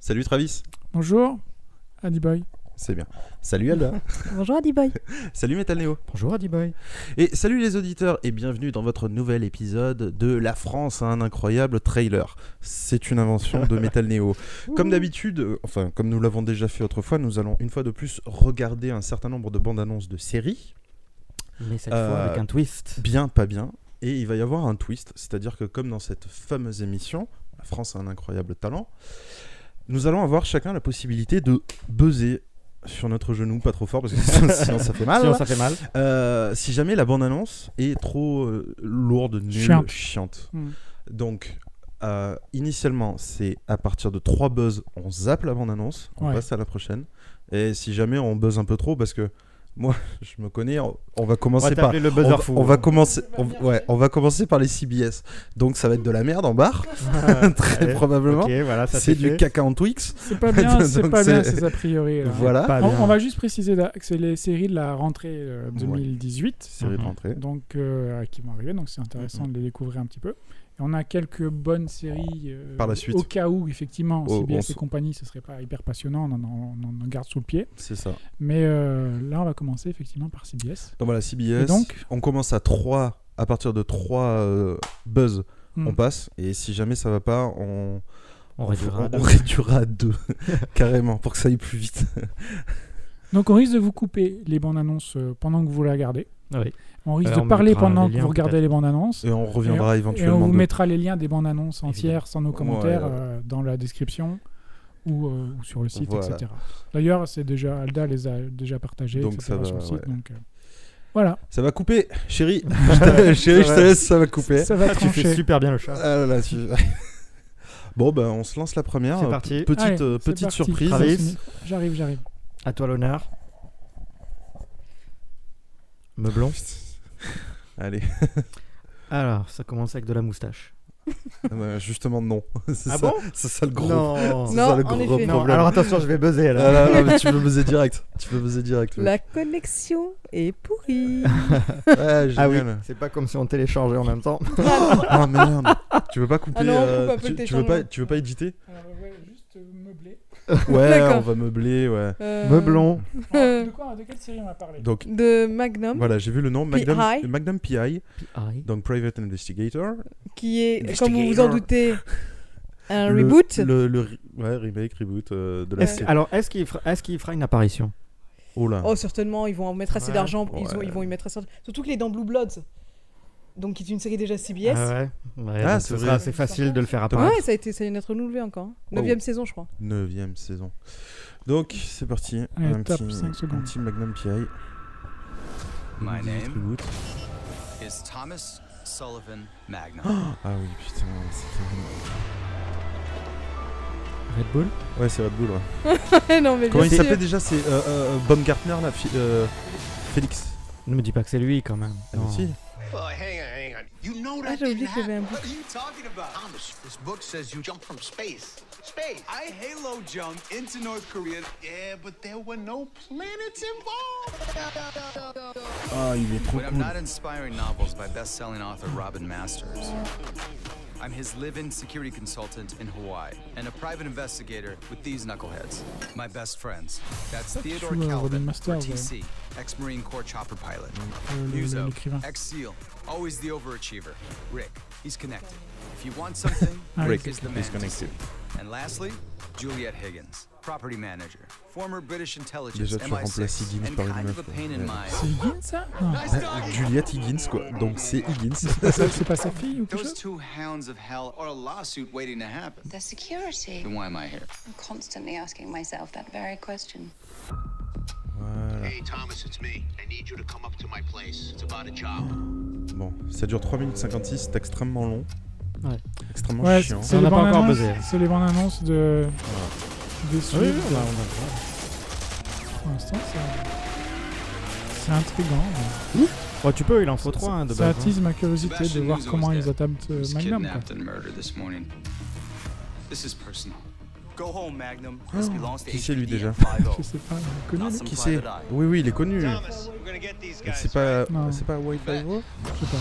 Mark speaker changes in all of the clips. Speaker 1: Salut Travis.
Speaker 2: Bonjour, Annie Boy.
Speaker 1: C'est bien. Salut Alba.
Speaker 3: Bonjour Adiboy.
Speaker 1: salut Metal Neo.
Speaker 4: Bonjour Adiboy.
Speaker 1: Et salut les auditeurs et bienvenue dans votre nouvel épisode de La France a un incroyable trailer. C'est une invention de Metal Neo. comme d'habitude, euh, enfin comme nous l'avons déjà fait autrefois, nous allons une fois de plus regarder un certain nombre de bandes annonces de séries.
Speaker 4: Mais cette
Speaker 1: Euh,
Speaker 4: fois avec un twist.
Speaker 1: Bien, pas bien. Et il va y avoir un twist, c'est-à-dire que comme dans cette fameuse émission, La France a un incroyable talent, nous allons avoir chacun la possibilité de buzzer sur notre genou, pas trop fort parce que sinon ça fait mal.
Speaker 4: Sinon, ça fait mal.
Speaker 1: Euh, si jamais la bande-annonce est trop euh, lourde, nulle,
Speaker 2: Chiante.
Speaker 1: chiante.
Speaker 2: Mm.
Speaker 1: Donc, euh, initialement, c'est à partir de 3 buzz, on zappe la bande-annonce, on
Speaker 2: Ouais.
Speaker 1: passe à la prochaine. Et si jamais on buzz un peu trop, parce que moi, je me connais, on, on va commencer par.
Speaker 4: le
Speaker 1: On
Speaker 4: buzzer
Speaker 1: va,
Speaker 4: fou.
Speaker 1: on va commencer, on, ouais, on va commencer par les CBS. Donc ça va être de la merde en barre, très
Speaker 4: Allez,
Speaker 1: probablement.
Speaker 4: Ah, Ok, voilà, ça
Speaker 1: c'est
Speaker 4: fait.
Speaker 1: du caca en Twix.
Speaker 2: C'est pas bien, c'est
Speaker 1: Donc
Speaker 2: pas bien
Speaker 1: c'est-
Speaker 2: ces a priori. là.
Speaker 1: Voilà.
Speaker 4: Pas
Speaker 2: On,
Speaker 4: bien.
Speaker 2: on va juste préciser là, que c'est les séries de la rentrée euh, 2018
Speaker 1: Série de
Speaker 4: Mhm.
Speaker 1: rentrée.
Speaker 2: donc, euh, qui vont arriver, donc c'est intéressant
Speaker 1: Mm-hmm.
Speaker 2: de les découvrir un petit peu. Et on a quelques bonnes séries euh,
Speaker 1: Par la suite.
Speaker 2: au cas où, effectivement,
Speaker 1: Oh, on
Speaker 2: CBS et
Speaker 1: s-
Speaker 2: compagnie, ce serait pas hyper passionnant, on en, on en garde sous le pied.
Speaker 1: C'est ça.
Speaker 2: Mais euh, là, on va commencer effectivement par CBS.
Speaker 1: Donc voilà, CBS.
Speaker 2: Et donc
Speaker 1: on commence à 3, à partir de 3 buzz,
Speaker 2: Hmm.
Speaker 1: on passe. Et si jamais ça va pas, on,
Speaker 4: On réduira.
Speaker 1: on réduira à 2. Carrément, pour que ça aille plus vite.
Speaker 2: Donc on risque de vous couper les bandes annonces euh, pendant que vous la regardez.
Speaker 4: Oui.
Speaker 2: On risque
Speaker 4: Euh,
Speaker 2: de
Speaker 4: on
Speaker 2: parler
Speaker 4: mettra
Speaker 2: pendant
Speaker 4: les
Speaker 2: que
Speaker 4: liens,
Speaker 2: vous regardez
Speaker 4: peut-être.
Speaker 2: les bandes annonces.
Speaker 1: Et on reviendra
Speaker 2: Et on
Speaker 1: éventuellement.
Speaker 2: vous
Speaker 1: deux.
Speaker 2: mettra les liens des bandes annonces entières sans nos
Speaker 1: Ouais,
Speaker 2: commentaires
Speaker 1: ouais.
Speaker 2: euh, dans la description ou, euh, ou sur le site,
Speaker 1: Voilà.
Speaker 2: etc. D'ailleurs, c'est déjà Alda les a déjà partagés
Speaker 1: Donc
Speaker 2: etc.,
Speaker 1: ça va,
Speaker 2: sur le site.
Speaker 1: ouais.
Speaker 2: Donc euh, voilà,
Speaker 1: Ça va couper, chérie. Je te- chérie, je te laisse, ça va couper.
Speaker 2: ça va
Speaker 4: Ah, tu fais
Speaker 2: trancher.
Speaker 4: super bien le chat.
Speaker 1: Ah là là, tu- bon, ben on se lance la première.
Speaker 4: C'est parti.
Speaker 1: Petite,
Speaker 2: Allez,
Speaker 1: euh,
Speaker 2: c'est
Speaker 1: petite
Speaker 2: parti.
Speaker 1: surprise.
Speaker 4: Travis.
Speaker 2: J'arrive, j'arrive.
Speaker 4: À toi l'honneur. Meublon.
Speaker 1: Allez,
Speaker 4: Alors, ça commence avec de la moustache.
Speaker 1: Euh, justement, non. C'est
Speaker 4: Ah
Speaker 1: ça,
Speaker 4: bon
Speaker 1: c'est ça le gros.
Speaker 4: Non.
Speaker 1: C'est
Speaker 3: Non,
Speaker 1: ça le
Speaker 3: en
Speaker 1: gros
Speaker 3: effet.
Speaker 1: problème.
Speaker 3: Non,
Speaker 4: Alors attention, je vais buzzer
Speaker 1: Ah
Speaker 4: là.
Speaker 1: là là, mais tu peux buzzer direct. Tu peux buzzer direct. oui.
Speaker 3: La connexion est pourrie.
Speaker 1: Ouais,
Speaker 4: Ah oui,
Speaker 1: génial.
Speaker 4: c'est pas comme si on téléchargeait en même temps.
Speaker 1: Ah merde Tu veux pas couper
Speaker 3: Ah non, on coupe
Speaker 1: euh,
Speaker 3: pas, on peut
Speaker 1: tu,
Speaker 3: le
Speaker 1: tu veux pas,
Speaker 3: télécharger.
Speaker 1: tu veux pas éditer
Speaker 2: juste euh, meubler.
Speaker 1: Ouais,
Speaker 3: D'accord.
Speaker 1: on va meubler, ouais.
Speaker 3: Euh,
Speaker 4: Meublon.
Speaker 3: Euh. de
Speaker 2: de quelle série on va parler
Speaker 1: Donc
Speaker 3: De Magnum,
Speaker 1: voilà, j'ai vu le nom Magnum
Speaker 3: PI.
Speaker 1: Magnum PI,
Speaker 4: Aïe.
Speaker 1: donc Private Investigator.
Speaker 3: qui est, comme vous vous en doutez, un
Speaker 1: Le-
Speaker 3: reboot.
Speaker 1: le, le re- ouais, remake, reboot euh, de la
Speaker 4: Est-ce-
Speaker 1: série.
Speaker 4: alors, est-ce qu'il fera, est-ce qu'il fera une apparition
Speaker 1: Oh là.
Speaker 3: Oh, certainement, ils vont en mettre assez
Speaker 4: Ouais.
Speaker 3: d'argent. Ils, ont-
Speaker 1: Ouais.
Speaker 3: ils vont y mettre assez d'argent. Surtout qu'il est dans Blue Bloods. Donc, qui est une série déjà CBS.
Speaker 4: Ah ouais. Ouais,
Speaker 1: Ah, c'est
Speaker 4: donc ce
Speaker 1: vrai.
Speaker 4: sera assez facile de le faire
Speaker 3: ouais.
Speaker 4: apparaître.
Speaker 3: ça a été, ça vient d'être renouvelé encore. hein.
Speaker 1: Oh.
Speaker 3: Neuvième saison, je crois.
Speaker 1: Neuvième saison. Donc c'est parti.
Speaker 2: Allez,
Speaker 1: un,
Speaker 2: top,
Speaker 1: petit,
Speaker 2: cinq secondes.
Speaker 1: un petit Magnum PI.
Speaker 5: My
Speaker 1: Reboot,
Speaker 5: name.
Speaker 1: reboot.
Speaker 5: is Thomas Sullivan Magnum.
Speaker 1: Ah oui, putain, c'était vraiment-
Speaker 4: Red Bull.
Speaker 1: Ouais, c'est Red Bull, ouais.
Speaker 3: non, mais
Speaker 1: Comment il
Speaker 3: bien sûr.
Speaker 1: s'appelait déjà C'est euh, euh, Baumgartner, là, fi- euh, Félix.
Speaker 4: Ne me dis pas que c'est lui quand même.
Speaker 1: Ah,
Speaker 4: Non.
Speaker 1: mais si.
Speaker 6: Oh, hang on, hang on. You know
Speaker 3: Ah,
Speaker 6: that
Speaker 3: j'ai oublié
Speaker 6: didn't
Speaker 3: qu'il y avait
Speaker 6: happen.
Speaker 3: un bout.
Speaker 6: What are you talking about? Thomas, this book says you jumped from space. Space.
Speaker 5: I halo jumped into North Korea.
Speaker 6: Yeah, but there were no planets involved.
Speaker 1: Ah, il est trop
Speaker 5: But I'm
Speaker 1: cool.
Speaker 5: not inspiring novels by best-selling author Robin Masters. I'm his live-in security consultant in Hawaii and a private investigator with these knuckleheads, my best friends. That's Theodore
Speaker 2: true, uh, Robin
Speaker 5: Calvin, or
Speaker 2: Masters,
Speaker 5: TC, ex-Marine Corps chopper pilot.
Speaker 2: le- le-
Speaker 5: Muso,
Speaker 2: l'écrivain.
Speaker 5: ex-SEAL, always the overachiever. Rick, he's connected. If you want something,
Speaker 2: Ah,
Speaker 5: Rick
Speaker 2: oui,
Speaker 5: is the man. to see. And lastly, Juliette Higgins, property manager, former British intelligence
Speaker 1: Déjà, tu remplaces
Speaker 5: MI6,
Speaker 1: Higgins
Speaker 5: and
Speaker 1: par une
Speaker 5: kind of a
Speaker 1: meuf,
Speaker 5: pain in
Speaker 1: ouais.
Speaker 5: my
Speaker 2: C'est Higgins, ça Non,
Speaker 1: Juliette Higgins, quoi. Donc c'est Higgins.
Speaker 2: c'est c'est pas sa fille ou quelque
Speaker 5: Those
Speaker 2: chose
Speaker 5: two hounds of hell are a lawsuit waiting to happen.
Speaker 7: The security.
Speaker 5: Then why am I here?
Speaker 7: I'm constantly asking myself that very question.
Speaker 6: Hey, Thomas, it's me. I need you to come up to my place. It's about a job.
Speaker 1: Bon, ça dure 3 minutes 56, c'est extrêmement long.
Speaker 4: Ouais.
Speaker 1: Extrêmement
Speaker 2: Ouais,
Speaker 1: chiant.
Speaker 2: c'est c'est
Speaker 4: On
Speaker 2: les,
Speaker 4: n'a pas
Speaker 2: bandes
Speaker 4: encore
Speaker 2: annonces-
Speaker 4: buzzé.
Speaker 2: c'est les bandes annonces de. des
Speaker 4: Ah oui,
Speaker 2: suites.
Speaker 4: oui, on a- on a-
Speaker 2: Pour l'instant, c'est- c'est intriguant.
Speaker 4: Oh, tu peux, il en faut trois hein, de
Speaker 2: Ça
Speaker 4: base. hein.
Speaker 2: attise ma curiosité de
Speaker 5: Sebastian
Speaker 2: voir
Speaker 5: Muso
Speaker 2: comment
Speaker 5: is
Speaker 2: ils
Speaker 5: dead.
Speaker 2: adaptent
Speaker 5: He
Speaker 2: euh,
Speaker 5: was
Speaker 2: Magnum. quoi.
Speaker 5: kidnapped and murdered this morning. This is personal. Go home, Magnum. This belongs to
Speaker 1: qui c'est lui
Speaker 5: HPD
Speaker 1: déjà
Speaker 5: and oh. 50.
Speaker 2: Je sais pas, je connais,
Speaker 5: Not
Speaker 1: Qui
Speaker 5: some
Speaker 1: c'est
Speaker 5: private eye.
Speaker 1: Oui, oui, il est connu.
Speaker 6: We're gonna get these
Speaker 1: C'est pas,
Speaker 2: Non.
Speaker 1: c'est pas Wi-Fi
Speaker 2: je sais pas.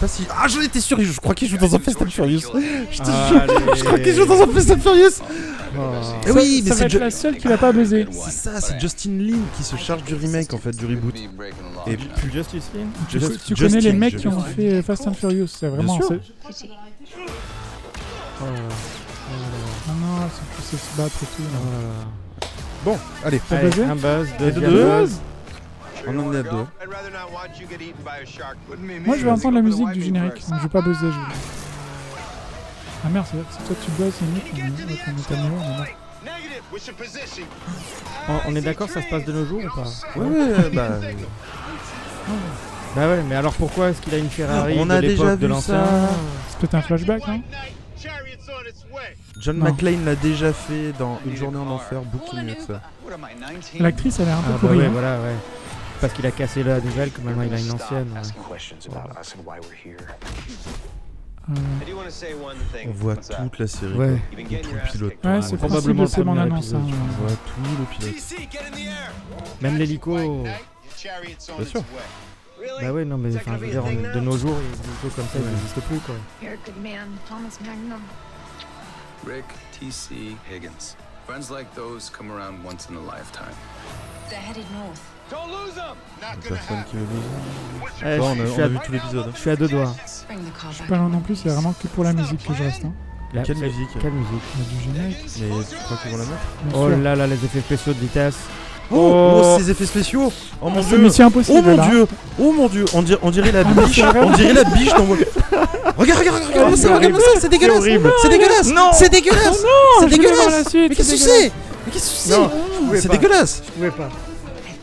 Speaker 1: pas si. Ah, j'en étais sûr, je crois qu'il joue dans un Fast and Furious. Je te jure,
Speaker 4: Allez.
Speaker 1: je crois qu'il joue dans un Fast and Furious.
Speaker 4: Oh.
Speaker 1: Eh oui, mais
Speaker 2: ça va
Speaker 1: c'est
Speaker 2: être
Speaker 1: Ju-
Speaker 2: la seule qui va pas baiser.
Speaker 1: C'est ça, c'est Justin Lin qui se charge du remake en fait, du reboot.
Speaker 5: Ah,
Speaker 1: Et
Speaker 4: Plus Justice League
Speaker 2: Tu,
Speaker 1: Just-
Speaker 2: tu
Speaker 1: Justin,
Speaker 2: connais les mecs
Speaker 1: je-
Speaker 2: qui ont fait euh, Fast and Furious, c'est vraiment.
Speaker 1: sûr.
Speaker 2: c'est-
Speaker 7: Pity.
Speaker 4: Oh là là.
Speaker 2: Non, non, c'est plus c'est se battre et tout.
Speaker 4: Oh
Speaker 1: Ah.
Speaker 2: là.
Speaker 4: là là.
Speaker 1: Bon, allez,
Speaker 2: T'as
Speaker 4: Allez,
Speaker 2: baisé
Speaker 4: Un buzz,
Speaker 1: les
Speaker 4: deux,
Speaker 1: deux, on en est à deux.
Speaker 2: Moi, je vais entendre la musique du générique, donc je vais pas buzzer. Je... vais- Ah merde, c'est c'est toi tu buzzes, c'est Nick, on est on est à niveau, on est mort.
Speaker 4: On, on est d'accord, ça se passe de nos jours ou pas
Speaker 1: Ouais, ouais, bah,
Speaker 4: Bah ouais, mais alors pourquoi est-ce qu'il a une Ferrari
Speaker 1: on
Speaker 4: de
Speaker 1: a déjà
Speaker 4: l'époque de
Speaker 1: vu
Speaker 4: l'ancien
Speaker 1: ça.
Speaker 2: C'est peut-être un flashback, hein. non
Speaker 1: John
Speaker 2: Non.
Speaker 1: McClane l'a déjà fait dans Une journée en enfer, beaucoup mieux que ça.
Speaker 2: L'actrice, elle a l'air un peu
Speaker 4: Ah bah
Speaker 2: pourrie.
Speaker 4: ouais,
Speaker 2: hein.
Speaker 4: voilà, ouais. Parce qu'il a cassé la nouvelle, que maintenant il a une ancienne. ouais.
Speaker 2: Euh,
Speaker 1: Uh, On voit toute la série.
Speaker 4: Ouais.
Speaker 1: quoi. Tout le pilote.
Speaker 2: Ouais,
Speaker 1: on
Speaker 2: c'est
Speaker 1: voit-
Speaker 2: probablement
Speaker 4: probablement
Speaker 2: c'est
Speaker 4: le
Speaker 2: mon
Speaker 4: premier
Speaker 2: annonce.
Speaker 4: épisode,
Speaker 2: hein,
Speaker 4: je
Speaker 1: on voit tout le pilote.
Speaker 4: Même l'hélico. Bah ouais, non, mais enfin, je veux dire, en- de nos jours, les hélicos comme ça, ils n'existent plus, quoi.
Speaker 7: You're a good man, Thomas Magnum.
Speaker 5: Rick T.C. Higgins. Friends like those come around once in a lifetime.
Speaker 7: They're headed north.
Speaker 1: Personne qui veut baiser.
Speaker 4: Eh,
Speaker 1: Bon, on
Speaker 4: je,
Speaker 1: a,
Speaker 4: je
Speaker 1: on
Speaker 4: suis
Speaker 1: a
Speaker 4: à,
Speaker 1: vu tout l'épisode. hein.
Speaker 4: je suis à deux doigts.
Speaker 7: Bring the car back.
Speaker 2: Pas loin non plus, c'est vraiment que pour la musique que je reste. Hein.
Speaker 4: La-
Speaker 1: Quelle
Speaker 4: c'est-
Speaker 1: musique.
Speaker 4: Quelle musique
Speaker 2: Il y a du générique,
Speaker 1: Mais tu crois qu'ils vont la mettre
Speaker 2: bien
Speaker 4: Oh
Speaker 2: sûr.
Speaker 4: là là, les effets spéciaux de vitesse.
Speaker 1: Oh, ces effets spéciaux Oh mon
Speaker 2: C'est
Speaker 1: dieu
Speaker 2: Mission
Speaker 1: Oh
Speaker 2: Impossible.
Speaker 1: mon
Speaker 2: là.
Speaker 1: dieu Oh mon dieu On dirait, on dirait la
Speaker 2: Ah, mais
Speaker 1: biche
Speaker 2: c'est vrai.
Speaker 1: On dirait la biche dans Walker Regarde, regarde, regarde regarde-moi ça, regarde-moi ça C'est dégueulasse
Speaker 4: horrible.
Speaker 1: C'est dégueulasse
Speaker 4: Non.
Speaker 1: C'est dégueulasse
Speaker 2: je
Speaker 1: C'est
Speaker 2: voulais voir la
Speaker 1: dégueulasse
Speaker 2: suite,
Speaker 1: Mais qu'est-ce que
Speaker 2: c'est
Speaker 1: c'est Mais qu'est-ce que
Speaker 4: Non,
Speaker 1: c'est
Speaker 4: pouvais
Speaker 1: C'est
Speaker 4: pas.
Speaker 1: dégueulasse
Speaker 4: Je pouvais pas.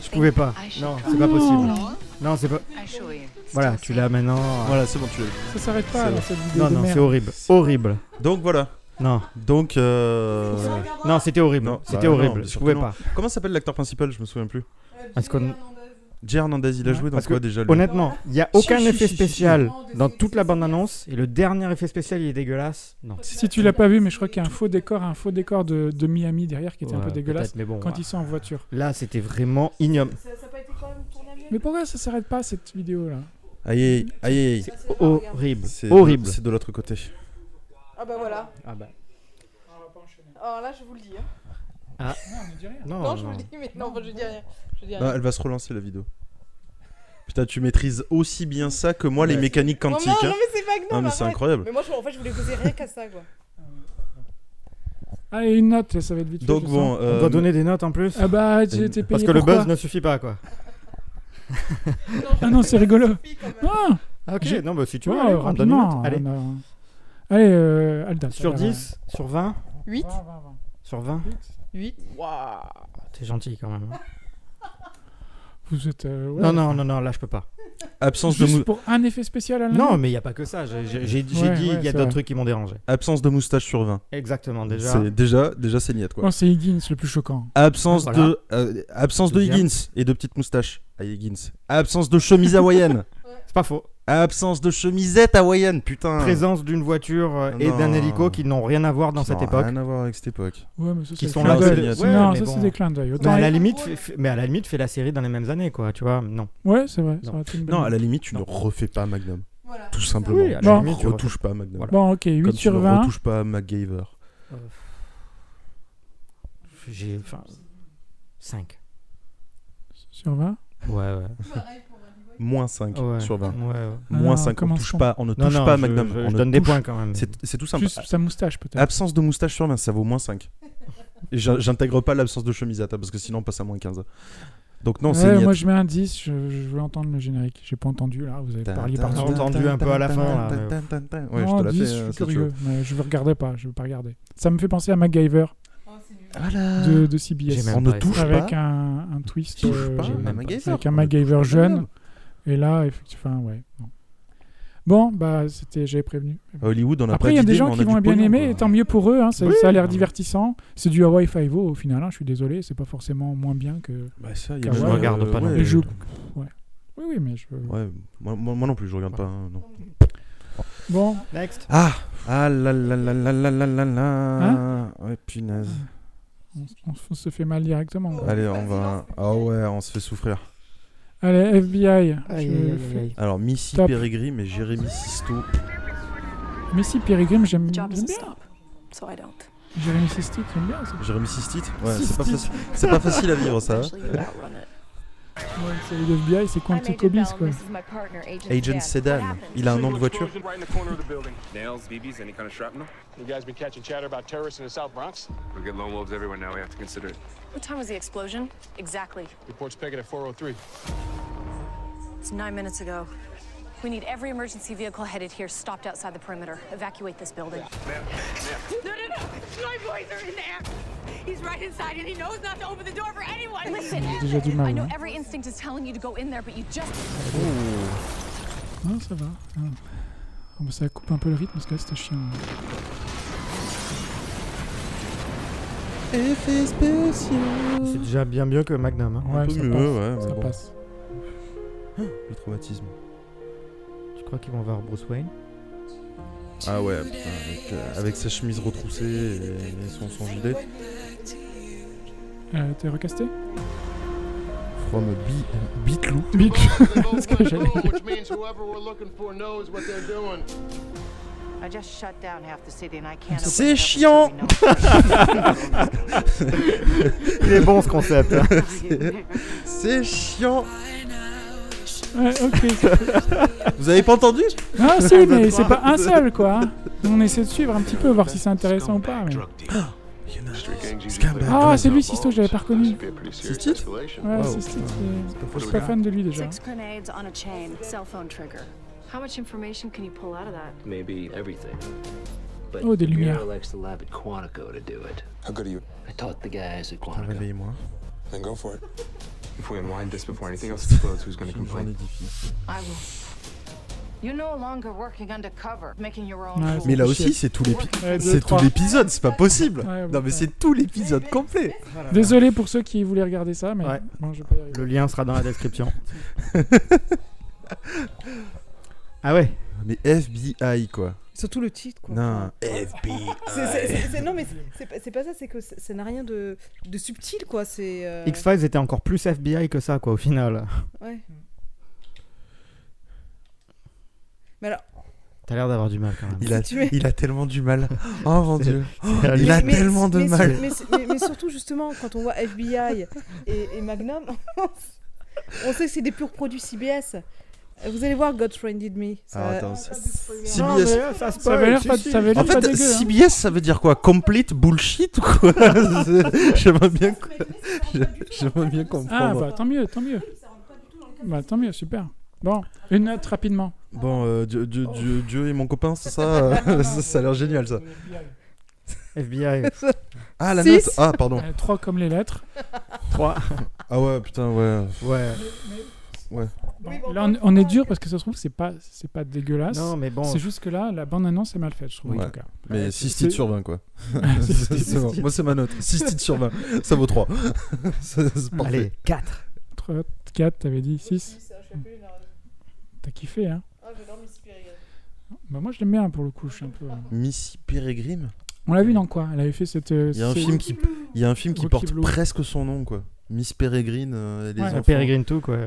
Speaker 7: I
Speaker 4: Je pouvais
Speaker 7: think
Speaker 4: pas.
Speaker 7: I should
Speaker 4: Non,
Speaker 7: try.
Speaker 4: c'est pas possible. Non, c'est pas.
Speaker 7: I assure you. It's
Speaker 4: Voilà,
Speaker 7: still
Speaker 4: tu l'as maintenant.
Speaker 1: Voilà, c'est bon, tu l'as
Speaker 2: Ça s'arrête pas
Speaker 1: C'est-
Speaker 2: alors cette vidéo.
Speaker 4: Non,
Speaker 2: de
Speaker 4: non, c'est
Speaker 2: merde.
Speaker 4: horrible. Horrible.
Speaker 1: Donc voilà.
Speaker 4: Non,
Speaker 1: Donc, euh...
Speaker 4: non, c'était horrible.
Speaker 1: Non, bah
Speaker 4: C'était
Speaker 1: non,
Speaker 4: horrible.
Speaker 1: mais
Speaker 4: Je
Speaker 1: surtout
Speaker 4: pouvais
Speaker 1: non.
Speaker 4: pas.
Speaker 1: Comment s'appelle l'acteur principal Je me souviens plus.
Speaker 4: Parce qu'on-
Speaker 1: Jay Hernandez, il a joué dans
Speaker 4: Parce
Speaker 1: quoi
Speaker 4: que,
Speaker 1: déjà lui
Speaker 4: Honnêtement, il n'y a aucun
Speaker 1: Si, si,
Speaker 4: effet
Speaker 1: si, si, si.
Speaker 4: spécial dans toute la bande-annonce et le dernier effet spécial il est dégueulasse. Non.
Speaker 2: Si tu l'as pas vu, mais je crois qu'il y a un faux décor, un faux décor de, de Miami derrière qui était un peu
Speaker 4: Ouais,
Speaker 2: dégueulasse
Speaker 4: peut-être, Mais bon,
Speaker 2: quand
Speaker 4: ouais.
Speaker 2: ils sont en voiture.
Speaker 4: Là, c'était vraiment ignoble.
Speaker 2: Mais pourquoi ça s'arrête pas cette vidéo là
Speaker 1: Aïe, aïe, aïe, aïe.
Speaker 4: C'est horrible.
Speaker 1: C'est de-
Speaker 4: Horrible.
Speaker 1: C'est de l'autre côté.
Speaker 3: Ah bah voilà.
Speaker 4: Ah bah.
Speaker 3: Alors là, je vous le dis. hein.
Speaker 1: Oh
Speaker 4: Non,
Speaker 3: Non, je vous le
Speaker 4: non.
Speaker 3: dis, mais non, bah, je dis rien. Je dis
Speaker 1: Non,
Speaker 3: rien.
Speaker 1: Bah, elle va se relancer la vidéo. Putain, tu maîtrises aussi bien ça que moi les
Speaker 4: Ouais.
Speaker 1: mécaniques
Speaker 3: Oh, non,
Speaker 1: quantiques.
Speaker 3: non,
Speaker 1: hein.
Speaker 3: mais c'est pas que non,
Speaker 1: Non, mais
Speaker 3: mais
Speaker 1: c'est
Speaker 3: arrête.
Speaker 1: incroyable.
Speaker 3: Mais moi, je- en fait, je voulais poser rien qu'à ça, quoi.
Speaker 2: Allez, une note, ça va être vite. fait,
Speaker 1: Donc
Speaker 2: je
Speaker 1: bon,
Speaker 2: sens.
Speaker 1: euh,
Speaker 4: On doit donner des notes en plus.
Speaker 2: Ah bah, j'ai été payé.
Speaker 4: Parce que le
Speaker 2: pour
Speaker 4: buzz
Speaker 2: quoi
Speaker 4: ne suffit pas quoi.
Speaker 2: Ah non, c'est rigolo. Ah,
Speaker 4: Ah, ok,
Speaker 2: J'ai-
Speaker 4: non, bah si tu
Speaker 2: tu
Speaker 4: veux,
Speaker 2: vois, euh,
Speaker 4: allez, on donne une
Speaker 2: rapidement.
Speaker 4: note.
Speaker 2: Allez,
Speaker 4: Allez,
Speaker 2: allez euh, Alda.
Speaker 4: sur
Speaker 2: ça va,
Speaker 4: 10, sur 20,
Speaker 3: 8
Speaker 2: ouais. 20, 20, 20.
Speaker 4: sur 20.
Speaker 3: 8 Waouh
Speaker 4: T'es gentil quand même.
Speaker 2: Vous êtes. euh, ouais.
Speaker 4: Non, non, non, non, là je peux pas.
Speaker 1: absence, de
Speaker 2: Juste
Speaker 1: mou-
Speaker 2: pour un effet spécial à la
Speaker 4: Non,
Speaker 2: main.
Speaker 4: mais il n'y a pas que ça. J'ai j'ai- j'ai dit,
Speaker 2: Ah, Ouais,
Speaker 4: il
Speaker 2: ouais,
Speaker 4: y a
Speaker 2: c'est
Speaker 4: d'autres
Speaker 2: vrai.
Speaker 4: trucs qui m'ont dérangé.
Speaker 1: absence de moustache sur 20.
Speaker 4: Exactement, déjà.
Speaker 1: C'est déjà, déjà c'est niette quoi.
Speaker 2: Oh, c'est Higgins le plus choquant.
Speaker 1: Absence
Speaker 4: Voilà.
Speaker 1: de euh, absence de
Speaker 4: Bien.
Speaker 1: Higgins et de petites moustaches. Ah, Higgins. Absence de chemise hawaïenne.
Speaker 4: C'est pas faux.
Speaker 1: absence de chemisette hawaïenne, putain.
Speaker 4: Présence d'une voiture euh, et
Speaker 1: Ah. Non.
Speaker 4: d'un hélico qui n'ont rien à voir dans
Speaker 1: Ça
Speaker 4: cette
Speaker 1: n'a
Speaker 4: époque.
Speaker 1: Rien à voir avec cette époque.
Speaker 2: Ouais, mais ça,
Speaker 4: Qui
Speaker 2: c'est
Speaker 4: sont
Speaker 2: des
Speaker 1: là,
Speaker 2: clins
Speaker 1: c'est
Speaker 2: d'œil.
Speaker 1: des-
Speaker 4: ouais,
Speaker 2: non,
Speaker 4: mais
Speaker 2: ça,
Speaker 4: bon.
Speaker 2: c'est des clins d'œil.
Speaker 4: Mais
Speaker 2: Autant...
Speaker 4: à, la limite, fait- fait- mais à la limite, fait la série dans les mêmes années, quoi, tu vois. Non.
Speaker 2: Ouais, c'est vrai. Ça
Speaker 4: Non.
Speaker 2: aurait été une bonne
Speaker 1: Non,
Speaker 2: idée.
Speaker 1: à la limite, tu
Speaker 4: Non.
Speaker 1: ne refais pas Magnum.
Speaker 3: Voilà.
Speaker 1: Tout simplement.
Speaker 4: Oui, à la
Speaker 1: Tu
Speaker 4: limite,
Speaker 1: ne
Speaker 4: tu
Speaker 1: retouches pas Magnum.
Speaker 4: Voilà.
Speaker 2: Bon, ok, 8
Speaker 1: Comme tu
Speaker 2: sur
Speaker 1: ne
Speaker 2: 20.
Speaker 1: retouches pas MacGyver.
Speaker 4: J'ai. Enfin. 5.
Speaker 2: Sur 20.
Speaker 4: Ouais, ouais.
Speaker 1: Moins 5
Speaker 4: Ouais.
Speaker 1: sur 20.
Speaker 4: Ouais, ouais.
Speaker 1: Moins
Speaker 2: Alors,
Speaker 1: 5, on ne touche
Speaker 2: commençons.
Speaker 1: pas, on ne touche
Speaker 4: Non, non,
Speaker 1: pas à
Speaker 4: je-
Speaker 1: Magnum.
Speaker 4: Je,
Speaker 1: on
Speaker 4: je
Speaker 1: ne
Speaker 4: donne des
Speaker 1: touche-
Speaker 4: points quand même.
Speaker 1: C'est c'est tout simple.
Speaker 2: Juste sa moustache, peut-être.
Speaker 1: Absence de moustache sur 20, ça vaut moins 5. Et j'in- j'intègre pas l'absence de chemisette, hein, parce que sinon on passe à moins 15. Donc non, c'est
Speaker 2: Ouais,
Speaker 1: niette.
Speaker 2: moi, je mets un 10. Je, je veux entendre le générique. J'ai pas entendu, là. Vous avez parlé
Speaker 1: Tin, tin,
Speaker 2: partout.
Speaker 4: pardon.
Speaker 1: tin,
Speaker 4: Entendu un
Speaker 1: tin,
Speaker 4: peu à la
Speaker 1: tin,
Speaker 4: fin, là,
Speaker 1: tin,
Speaker 4: mais-
Speaker 1: tin, tin, tin. Ouais, je
Speaker 2: Non,
Speaker 1: te la
Speaker 2: 10,
Speaker 1: fais.
Speaker 2: Oh, je
Speaker 1: euh,
Speaker 2: suis
Speaker 1: si tu veux.
Speaker 2: curieux. Mais je ne regardais pas. Je veux pas regarder. Ça me fait penser à MacGyver
Speaker 1: Voilà.
Speaker 2: de, de CBS.
Speaker 4: J'ai même
Speaker 1: Ah, On ne
Speaker 4: pas
Speaker 1: touche pas.
Speaker 2: avec un, un twist
Speaker 1: Touche
Speaker 2: euh,
Speaker 1: pas Ah,
Speaker 4: j'ai
Speaker 1: à
Speaker 4: même
Speaker 1: MacGyver.
Speaker 2: avec un
Speaker 1: On ne touche
Speaker 2: MacGyver
Speaker 1: pas
Speaker 2: jeune.
Speaker 1: Magnum.
Speaker 2: Et là, effectivement, enfin, ouais. Bon, Bon, bah, c'était, j'avais prévenu.
Speaker 1: À Hollywood, on a
Speaker 2: Après, il y a des gens qui vont bien aimer, et tant mieux pour eux. hein, ça, ça a l'air divertissant. C'est du Hawaii Five-O au final. hein, je suis désolé, c'est pas forcément moins bien que.
Speaker 4: Bah,
Speaker 2: Je
Speaker 1: je
Speaker 4: regarde pas non
Speaker 2: les
Speaker 4: plus.
Speaker 2: jeux. Ouais. Oui, oui, mais je.
Speaker 1: Ouais, moi, moi- moi non plus, je regarde pas. hein, non.
Speaker 2: Bon,
Speaker 4: Next.
Speaker 1: Ah Ah là là là là là là là là
Speaker 2: Hein
Speaker 1: Ouais, punaise.
Speaker 2: on, on se fait mal directement. quoi.
Speaker 1: Allez, on va. Ah ouais, on se fait souffrir.
Speaker 2: Allez, FBI. je
Speaker 4: Aïe, aïe, aïe,
Speaker 2: fais-
Speaker 4: aïe.
Speaker 1: Alors, Missy
Speaker 2: Top.
Speaker 1: Peregrine et Jérémy Sisto.
Speaker 2: Missy Peregrine, j'aime
Speaker 8: The
Speaker 2: j'aime
Speaker 8: job doesn't
Speaker 2: bien.
Speaker 8: stop, so I don't.
Speaker 2: Jérémy Sisto, j'aime bien. ça.
Speaker 1: Jérémy Sistit Ouais, c'est
Speaker 2: Sistit.
Speaker 1: pas, faci- c'est pas facile à vivre ça. hein.
Speaker 8: Especially you outrun it.
Speaker 2: Ouais, c'est le FBI,
Speaker 4: Ah,
Speaker 2: c'est
Speaker 9: I'm
Speaker 2: con
Speaker 9: Agent
Speaker 2: Cobis,
Speaker 9: Bell, and
Speaker 2: quoi.
Speaker 9: this is my partner, Agent, Sedan. What
Speaker 1: Agent Sedan,
Speaker 9: happened?
Speaker 1: Mm. il a un nom de voiture.
Speaker 10: Right in the corner of the building.
Speaker 6: Nails, BBs, any kind of shrapnel?
Speaker 10: You guys been catching chatter about terrorists in the South Bronx?
Speaker 6: We get lone wolves everywhere now. We have to consider it.
Speaker 8: What time was the explosion? Exactly.
Speaker 10: Reports picket at 403.
Speaker 8: It's nine minutes ago. We need every emergency vehicle headed here stopped outside the perimeter. Evacuate this building.
Speaker 9: No, no, no. My boys are in there. He's right inside, and he knows not to open the door for anyone.
Speaker 8: Listen,
Speaker 2: J'ai déjà du
Speaker 8: I
Speaker 2: mal.
Speaker 8: know
Speaker 2: hein.
Speaker 8: every instinct is telling you to go in there, but you just
Speaker 2: Non, ça va. Ah. Bon, bah, ça coupe un peu le rythme parce que là c'était chiant.
Speaker 1: Effet spécial.
Speaker 4: Ah, C'est déjà bien mieux que Magnum. hein.
Speaker 1: Un
Speaker 2: Ouais,
Speaker 1: peu
Speaker 2: ça
Speaker 1: mieux,
Speaker 2: passe.
Speaker 1: ouais, mais
Speaker 2: ça
Speaker 1: bon.
Speaker 2: passe.
Speaker 1: Le traumatisme.
Speaker 4: Tu crois qu'ils vont voir Bruce Wayne
Speaker 1: Ah ouais, putain, avec, euh, avec sa chemise retroussée et son, son gilet.
Speaker 2: Euh, T'es recasté
Speaker 1: From Bi- Bitlou.
Speaker 2: Bip.
Speaker 10: That's
Speaker 2: what I did.
Speaker 10: Which means whoever we're looking for knows what they're doing.
Speaker 9: I just shut down half the city, and I can't.
Speaker 1: C'est open it up chiant. until
Speaker 4: Il est bon ce concept. hein.
Speaker 1: C'est chiant.
Speaker 2: Ouais, ok.
Speaker 1: Vous avez pas entendu
Speaker 2: Ah si, mais c'est pas un seul, quoi. On essaie de suivre un petit peu, voir si c'est intéressant ou pas. mais- Ah, c'est lui, Sisto, que j'avais pas reconnu.
Speaker 1: Sistit
Speaker 2: Ouais,
Speaker 1: Wow.
Speaker 2: c'est Steve, c'est-
Speaker 1: pas
Speaker 2: Je suis pas fan de lui déjà.
Speaker 8: six grenades on a chain, cell phone trigger. How much information can you pull out of that?
Speaker 11: Maybe everything. But
Speaker 2: Oh, des lumières.
Speaker 11: Alex the lab at Quantico to do it.
Speaker 10: How good are you?
Speaker 11: I taught the guys at Quantico.
Speaker 1: Ah, Réveillez-moi.
Speaker 10: Then go for it.
Speaker 6: If we unwind this before anything else explodes, who's going to
Speaker 1: Une journée
Speaker 6: complain?
Speaker 1: difficile.
Speaker 9: I will. You're no longer working undercover, making your own
Speaker 2: Ouais,
Speaker 9: rules.
Speaker 1: Mais là
Speaker 2: Bullshit.
Speaker 1: aussi, c'est tout l'épi-
Speaker 2: Ouais, deux,
Speaker 1: c'est tout
Speaker 2: trois.
Speaker 1: l'épisode, c'est pas possible.
Speaker 2: Ouais,
Speaker 1: Non
Speaker 2: bon,
Speaker 1: mais
Speaker 2: ouais.
Speaker 1: c'est tout l'épisode complet.
Speaker 2: Désolé pour ceux qui voulaient regarder ça, mais
Speaker 4: Ouais.
Speaker 2: bon, je vais pas y arriver.
Speaker 4: Le lien sera dans la description. ah ouais
Speaker 1: Mais FBI quoi.
Speaker 3: Surtout le titre, quoi.
Speaker 1: Non, FBI.
Speaker 3: C'est- c'est- c'est- c'est- non, mais c'est- c'est pas- c'est pas ça, c'est que c'est- ça n'a rien de, de subtil, quoi. C'est. euh,
Speaker 4: X-Files était encore plus FBI que ça, quoi, au final.
Speaker 3: ouais. Mais alors,
Speaker 4: T'as l'air d'avoir du mal quand même.
Speaker 1: Il a,
Speaker 3: tu es-
Speaker 1: il a tellement du mal. Oh mon dieu.
Speaker 4: c'est-
Speaker 1: il a
Speaker 3: mais-
Speaker 1: tellement de
Speaker 3: mais sur-
Speaker 1: mal.
Speaker 3: mais, mais- mais surtout, justement, quand on voit FBI et, et Magnum, on sait que c'est des purs produits CBS. Vous allez voir God Friended Me. Ça-
Speaker 1: Ah, attends, c'est- CBS.
Speaker 4: Non, mais, euh, ça,
Speaker 2: Ça avait l'air pas, ça avait
Speaker 1: En
Speaker 2: l'air pas
Speaker 1: fait,
Speaker 2: dégueu. hein.
Speaker 1: CBS, ça veut dire quoi Complete bullshit ou quoi C'est- J'aimerais bien, quoi- j'aimerais bien
Speaker 2: Ah
Speaker 1: comprendre.
Speaker 2: bah tant mieux, tant mieux. Bah tant mieux, super. Bon, une note rapidement.
Speaker 1: Bon, euh, Dieu, Dieu, Dieu, Dieu et mon copain, c'est ça ça, ça a l'air génial ça.
Speaker 4: FBI.
Speaker 1: Ah la
Speaker 3: Six.
Speaker 1: note Ah pardon.
Speaker 2: Euh, Trois comme les lettres.
Speaker 4: 3.
Speaker 1: Ah ouais, putain, ouais.
Speaker 4: Ouais.
Speaker 2: Ah, Bon, Là, on, on est dur parce que ça se trouve, c'est pas, c'est pas dégueulasse.
Speaker 4: Non, mais bon.
Speaker 2: C'est juste que là, la bande-annonce est mal faite, je trouve,
Speaker 1: Ouais.
Speaker 2: en tout cas.
Speaker 1: Mais
Speaker 2: Ouais,
Speaker 1: 6
Speaker 2: c'est-
Speaker 1: titres sur 20 quoi.
Speaker 2: Six
Speaker 1: C'est
Speaker 2: titres.
Speaker 1: bon. Moi c'est ma note. 6 titres sur 20. Ça vaut 3. c'est c'est parfait.
Speaker 4: Allez, 4.
Speaker 2: 3, 4, t'avais dit 6. T'as kiffé, hein Bah moi, je l'aime bien, pour le coup, je suis un peu... hein.
Speaker 1: Missy Peregrine
Speaker 2: On l'a vu dans quoi Elle avait fait cette... euh,
Speaker 1: Il y a un
Speaker 2: série-
Speaker 1: film qui, il y a un film qui
Speaker 2: Rocky
Speaker 1: porte
Speaker 2: Blue.
Speaker 1: presque son nom quoi. Miss Peregrine euh, et les
Speaker 2: Ouais,
Speaker 1: enfants.
Speaker 4: Peregrine tout, quoi.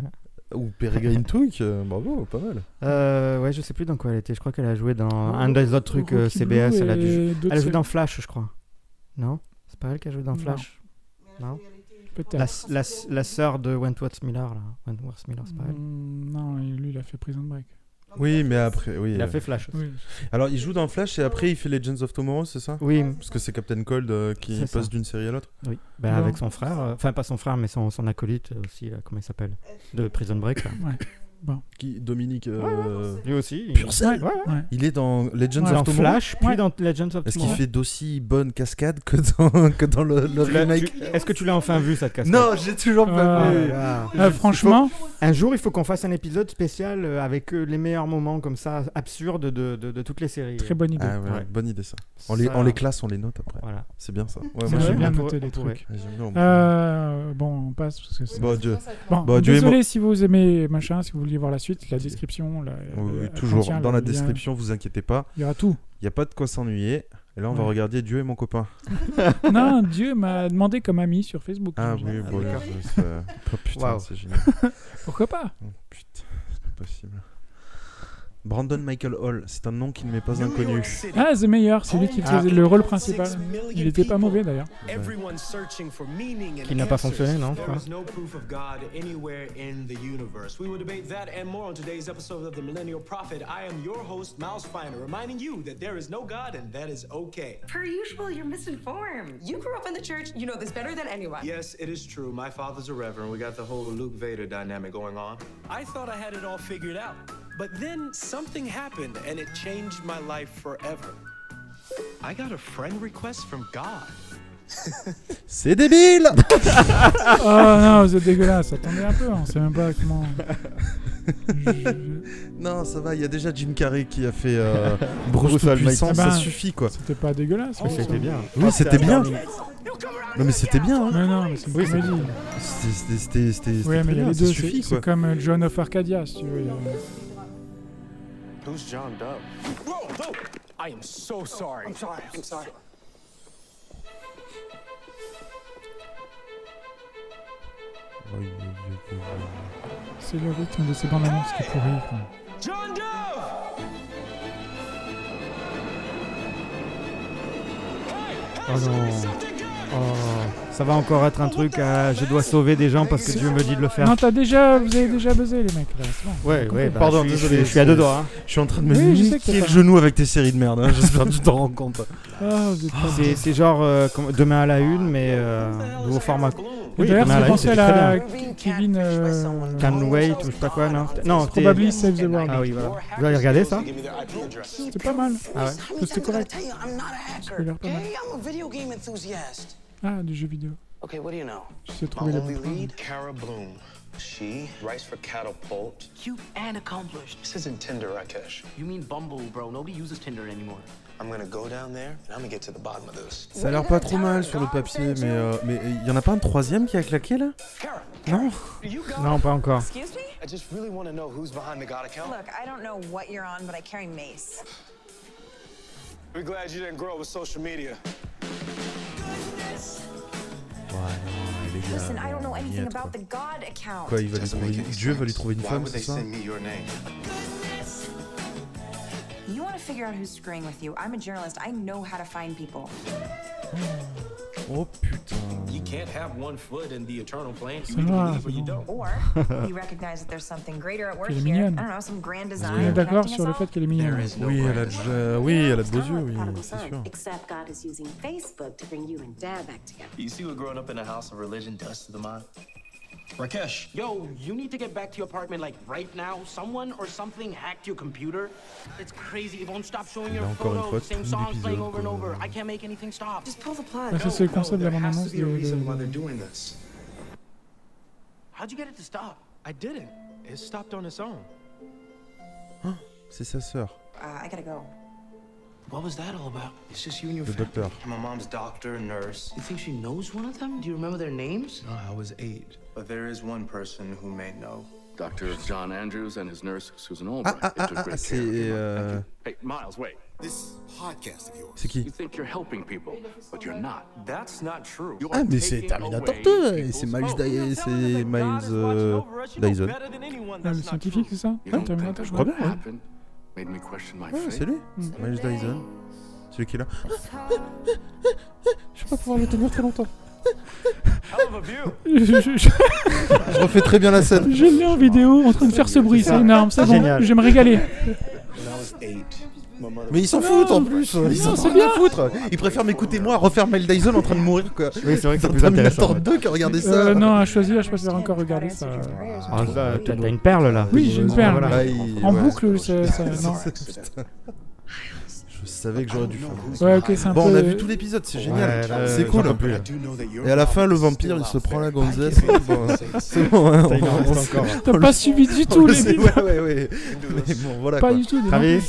Speaker 1: Ou Peregrine Tweak, euh, bravo, pas mal.
Speaker 4: Euh, ouais, je sais plus dans quoi elle était. Je crois qu'elle a joué dans un des autres trucs euh,
Speaker 2: Oh, Rocky
Speaker 4: CBS.
Speaker 2: Blue
Speaker 4: Elle a, dû...
Speaker 2: et d'autres
Speaker 4: elle a joué
Speaker 2: séries,
Speaker 4: dans Flash, je crois. Non C'est pas elle qui a joué dans
Speaker 2: Non.
Speaker 4: Flash Non
Speaker 2: peut-être.
Speaker 4: la, la, la sœur de Wentworth Miller, là. Wentworth Miller, c'est pas elle.
Speaker 2: Mm, Non, et lui, il a fait Prison Break.
Speaker 1: Oui, mais après, oui.
Speaker 4: Il
Speaker 1: euh,
Speaker 4: a fait Flash aussi.
Speaker 2: Oui.
Speaker 1: Alors, il joue dans Flash et après, il fait Legends of Tomorrow, c'est ça
Speaker 4: Oui,
Speaker 1: Parce que c'est Captain Cold euh, qui
Speaker 4: C'est ça.
Speaker 1: passe d'une série à l'autre.
Speaker 4: oui. Ben,
Speaker 2: Non.
Speaker 4: avec son frère. euh, Enfin, pas son frère, mais son, son acolyte euh, aussi. là, comment il s'appelle De Prison Break, là.
Speaker 1: Qui Dominique. euh,
Speaker 4: Lui aussi. il-
Speaker 1: Purcell
Speaker 4: Ouais, ouais.
Speaker 2: Ouais.
Speaker 1: Il est dans Legends
Speaker 2: Ouais.
Speaker 1: of
Speaker 4: Dans
Speaker 1: Tomorrow.
Speaker 4: Flash, puis
Speaker 2: Ouais.
Speaker 4: dans Legends of
Speaker 1: Est-ce qu'il
Speaker 4: Tomorrow.
Speaker 1: fait d'aussi bonnes cascades que dans, que dans le, le
Speaker 4: Tu l'as-
Speaker 1: remake
Speaker 4: tu- Est-ce que tu l'as enfin vu, cette cascade
Speaker 1: Non, j'ai toujours pas
Speaker 2: Ah.
Speaker 1: vu.
Speaker 2: Euh, franchement,
Speaker 4: Un jour, il faut qu'on fasse un épisode spécial euh, avec euh, les meilleurs moments comme ça, absurdes de, de, de toutes les séries.
Speaker 2: très bonne idée.
Speaker 1: Ah ouais,
Speaker 4: Ouais.
Speaker 1: bonne idée ça. On les,
Speaker 4: Ça,
Speaker 1: on les classe, on les note après.
Speaker 4: Voilà.
Speaker 1: C'est bien ça. Ouais,
Speaker 2: C'est
Speaker 1: moi
Speaker 2: vrai,
Speaker 1: j'aime
Speaker 2: bien
Speaker 1: bien.
Speaker 2: noté
Speaker 4: On
Speaker 2: les
Speaker 4: pourrait.
Speaker 2: trucs.
Speaker 1: J'aime bien, on-
Speaker 2: Euh, bon, on passe parce que c'est...
Speaker 1: Bon Dieu.
Speaker 2: Bon,
Speaker 1: Bon, Dieu est
Speaker 2: désolé si vous aimez machin, si vous voulez voir la suite, la description, la,
Speaker 1: Oui, oui,
Speaker 2: elle
Speaker 1: toujours
Speaker 2: contient
Speaker 1: dans
Speaker 2: le
Speaker 1: la
Speaker 2: lien.
Speaker 1: description, vous inquiétez pas.
Speaker 2: Il y aura tout.
Speaker 1: Il n'y a pas de quoi s'ennuyer. Et là, on va
Speaker 2: Ouais.
Speaker 1: regarder Dieu et mon copain.
Speaker 2: non, Dieu m'a demandé comme ami sur Facebook.
Speaker 1: Ah
Speaker 2: Je-
Speaker 1: oui, bon,
Speaker 2: d'accord.
Speaker 1: je- c'est- oh, putain,
Speaker 2: Waouh.
Speaker 1: c'est génial.
Speaker 2: Pourquoi pas
Speaker 1: Oh, Putain, c'est pas possible. Brandon Michael Hall, c'est un nom qui ne m'est pas inconnu.
Speaker 2: Ah, The Meilleur, c'est lui qui
Speaker 1: Ah.
Speaker 2: faisait le rôle principal. Il était pas mauvais d'ailleurs.
Speaker 12: Everyone's searching for meaning and
Speaker 4: Qui n'a pas fonctionné,
Speaker 12: answers.
Speaker 4: non,
Speaker 12: There
Speaker 4: quoi.
Speaker 12: is no proof of God anywhere in the universe. We will debate that and more on today's episode of The Millennial Prophet. I am your host, Miles Finer, reminding you that there is no God and that is okay.
Speaker 13: Per usual, you're misinformed. You grew up in the church, you know this better than anyone.
Speaker 12: Yes, it is true. My father's a reverend. We got the whole Luke Vader dynamic going on. I thought I had it all figured out, but then something happened and it changed my life forever. I got a friend request from God.
Speaker 1: C'est débile
Speaker 2: Oh non, vous êtes dégueulasse, attendez un peu, on sait même pas comment.
Speaker 1: Non, ça va, il y a déjà Jim Carrey qui a fait euh, Bruce
Speaker 4: Bruce
Speaker 1: Tout-Puissant,
Speaker 2: Almighty.
Speaker 1: ça
Speaker 2: Ben,
Speaker 1: suffit quoi. Ah,
Speaker 2: C'était pas dégueulasse.
Speaker 4: Mais c'était bien.
Speaker 1: Oui, c'était bien. Non, mais c'était bien. hein.
Speaker 2: Mais hein. non, mais c'est une comédie.
Speaker 1: C'était- C'était c'était- c'était
Speaker 2: Oui,
Speaker 1: très
Speaker 2: mais il y a
Speaker 1: bien,
Speaker 2: les
Speaker 1: ça
Speaker 2: deux,
Speaker 1: suffit
Speaker 2: c'est
Speaker 1: quoi.
Speaker 2: c'est comme euh, John of Arcadia, si tu veux. il y a-
Speaker 12: Who's John Doe? Whoa, whoa! I am so sorry. I'm sorry. I'm sorry.
Speaker 1: Oh,
Speaker 2: C'est le rythme de ces bandes annonces qui est pourri. quoi.
Speaker 12: John Doe!
Speaker 4: Oh non. Oh, ça va encore être un truc. à je dois sauver des gens parce que Dieu me dit de le
Speaker 1: Ah.
Speaker 4: faire.
Speaker 2: Non, t'as déjà, vous avez déjà buzzé les mecs là. c'est bon.
Speaker 4: Ouais,
Speaker 2: Vous
Speaker 4: ouais,
Speaker 2: comprenez.
Speaker 4: bah, Pardon, je suis- désolé, je suis à deux doigts, hein.
Speaker 1: Je suis en train de me
Speaker 2: Oui, je sais que
Speaker 1: niquer
Speaker 2: t'as
Speaker 1: le
Speaker 2: pas-
Speaker 1: genou avec tes séries de merde. hein, J'espère que tu t'en rends compte.
Speaker 2: Ah, vous êtes pas
Speaker 4: C'est, c'est genre euh, comme- demain à la une, mais euh, nouveau format.
Speaker 2: Et D'ailleurs,
Speaker 4: Demain à
Speaker 2: c'est pensé à
Speaker 4: c'était très
Speaker 2: la
Speaker 4: bien.
Speaker 2: Kevin. euh,
Speaker 4: Can wait ou je sais pas quoi, non Non, t'es-
Speaker 2: Probably Save the World.
Speaker 4: Ah oui, voilà. Vous avez regardé ça
Speaker 2: C'était pas mal.
Speaker 4: Ah ouais
Speaker 2: C'était correct.
Speaker 14: I'm not a hacker.
Speaker 2: Spoiler pas mal.
Speaker 14: Hey, I'm a video game enthusiast.
Speaker 2: Ah, du jeu vidéo.
Speaker 14: Okay, what do you know?
Speaker 2: Je sais trouver la
Speaker 1: Bah,
Speaker 2: bonne phrase.
Speaker 14: Cara Bloom.
Speaker 5: She writes for Catapult.
Speaker 14: Cute and accomplished.
Speaker 5: This isn't Tinder, Rakesh.
Speaker 14: You mean Bumble, bro. Nobody uses Tinder anymore.
Speaker 5: I'm gonna go down there and I'm gonna get to the bottom of this.
Speaker 1: Ça a l'air pas trop mal sur le papier, mais euh, mais il y en a pas un troisième qui a claqué là Non
Speaker 4: Non, pas encore.
Speaker 13: Excuse me?
Speaker 5: I just really want to know who's behind the God account.
Speaker 13: Look, I don't know what you're on, but I carry mace.
Speaker 5: We're glad you didn't grow up with social media.
Speaker 1: Ouais, non, les gars,
Speaker 13: Listen, I don't know
Speaker 1: on y
Speaker 13: anything
Speaker 1: est, quoi.
Speaker 13: about the God account.
Speaker 1: Quoi, il va lui trouver une- Dieu va lui trouver une femme, c'est ça
Speaker 13: You want to figure out who's screwing with you? I'm a journalist. I know how to find people.
Speaker 1: Oh putain.
Speaker 12: You can't have one foot in the eternal plane.
Speaker 2: Ça
Speaker 12: You
Speaker 2: va,
Speaker 12: either believe or
Speaker 2: c'est
Speaker 12: you
Speaker 2: bon.
Speaker 12: don't.
Speaker 13: Or you recognize that there's something greater at work
Speaker 2: Elle est
Speaker 13: here. I
Speaker 2: mignonne.
Speaker 13: don't know, some grand
Speaker 2: Est-ce
Speaker 13: design.
Speaker 2: qu'on est d'accord
Speaker 13: connecting
Speaker 2: sur le
Speaker 13: us all?
Speaker 2: fait qu'elle est mignonne
Speaker 1: Oui, elle a déjà- oui, elle a de beaux yeux, oui, c'est
Speaker 15: Son,
Speaker 1: sûr.
Speaker 15: Except God is using Facebook to bring you and Dad back together.
Speaker 12: You see what growing up in a house of religion does to the mind? Rakesh.
Speaker 16: Yo, you need to get back to your apartment like right now. Someone or something hacked your computer. It's crazy. It won't stop showing
Speaker 1: Il
Speaker 16: your
Speaker 1: a encore une
Speaker 16: photos.
Speaker 1: fois
Speaker 16: Same
Speaker 1: tout
Speaker 16: songs playing
Speaker 1: l'épisode
Speaker 16: over and
Speaker 1: de-
Speaker 16: over. I can't make anything stop. Just pull the plug.
Speaker 2: Ah, ça, c'est le concept de la bande-annonce de- Ah, de-
Speaker 5: doing this.
Speaker 16: How'd you get it to stop?
Speaker 12: I didn't. It stopped on its own.
Speaker 1: C'est sa sœur,
Speaker 13: Uh, I gotta go.
Speaker 16: What was that all about?
Speaker 5: It's just you and your
Speaker 1: le docteur.
Speaker 5: My mom's doctor, nurse.
Speaker 16: You think she knows one of them? Do you remember their names?
Speaker 5: No, I was eight. But there is one person who may know.
Speaker 11: Dr. John Andrews and his nurse, Susan
Speaker 1: Ah
Speaker 11: Albright.
Speaker 1: ah
Speaker 11: They
Speaker 1: ah
Speaker 11: took
Speaker 1: ah, ah,
Speaker 11: great
Speaker 1: c'est
Speaker 11: care of him.
Speaker 1: euh,
Speaker 11: Hey, Miles, wait. This podcast of yours.
Speaker 1: C'est qui
Speaker 11: You think you're helping people, but you're not.
Speaker 12: That's not true.
Speaker 11: You
Speaker 1: Ah
Speaker 11: are
Speaker 1: mais c'est
Speaker 11: taking
Speaker 1: Terminator
Speaker 11: away
Speaker 1: 2 et c'est
Speaker 11: people's
Speaker 1: Miles
Speaker 11: hope.
Speaker 1: Dyson, c'est Miles euh, Dyson.
Speaker 2: Ah, le scientifique, c'est ça
Speaker 11: You
Speaker 2: Ah,
Speaker 11: don't think
Speaker 2: Terminator,
Speaker 11: that
Speaker 2: je
Speaker 11: what
Speaker 2: crois bien. ouais.
Speaker 11: happened Made me question my
Speaker 1: Ouais,
Speaker 11: faith.
Speaker 1: Ah, c'est lui,
Speaker 2: Mm.
Speaker 1: Miles Dyson. Celui qui est là.
Speaker 2: Je vais pas pouvoir le tenir très longtemps.
Speaker 12: Hell of a view.
Speaker 1: Je refais très bien la scène.
Speaker 2: Je l'ai en vidéo en train de faire ce bruit, c'est énorme, c'est bon,
Speaker 1: Génial.
Speaker 2: je vais me régaler.
Speaker 1: Mais ils s'en foutent en plus, ils s'en
Speaker 2: c'est
Speaker 1: foutent à foutre. Ils préfèrent m'écouter moi refaire Miles Dyson en train de mourir quoi.
Speaker 4: Oui, c'est vrai que c'est
Speaker 1: Dans
Speaker 4: plus
Speaker 1: Terminator
Speaker 4: intéressant, ouais.
Speaker 1: 2 que regarder ça.
Speaker 2: Euh, non, à choisir, je préfère encore regarder ça.
Speaker 4: Ah, là, t'as, t'as une perle là. Ah,
Speaker 2: Oui, j'ai une perle.
Speaker 4: Voilà.
Speaker 2: En boucle, ça. ça- non.
Speaker 1: Je savais que j'aurais dû faire.
Speaker 2: Ouais, ok, c'est un
Speaker 1: bon, on
Speaker 2: peu-
Speaker 1: a vu tout l'épisode, c'est génial.
Speaker 4: Ouais, là,
Speaker 1: c'est
Speaker 4: j'en
Speaker 1: cool.
Speaker 4: peux plus, là. Ah,
Speaker 1: Et à la fin, le vampire, il se prend la gonzesse. Bon, c'est bon. hein,
Speaker 4: Ça, il en
Speaker 1: on-
Speaker 4: reste
Speaker 1: on sait-
Speaker 4: encore.
Speaker 2: T'as
Speaker 1: on
Speaker 2: pas
Speaker 1: le-
Speaker 2: suivi du
Speaker 1: on
Speaker 2: tout,
Speaker 1: le
Speaker 2: les
Speaker 1: sait,
Speaker 2: vidéos.
Speaker 1: Ouais, ouais, ouais. Mais bon, voilà.
Speaker 2: Pas
Speaker 1: quoi.
Speaker 2: du tout. dis donc.
Speaker 4: Travis,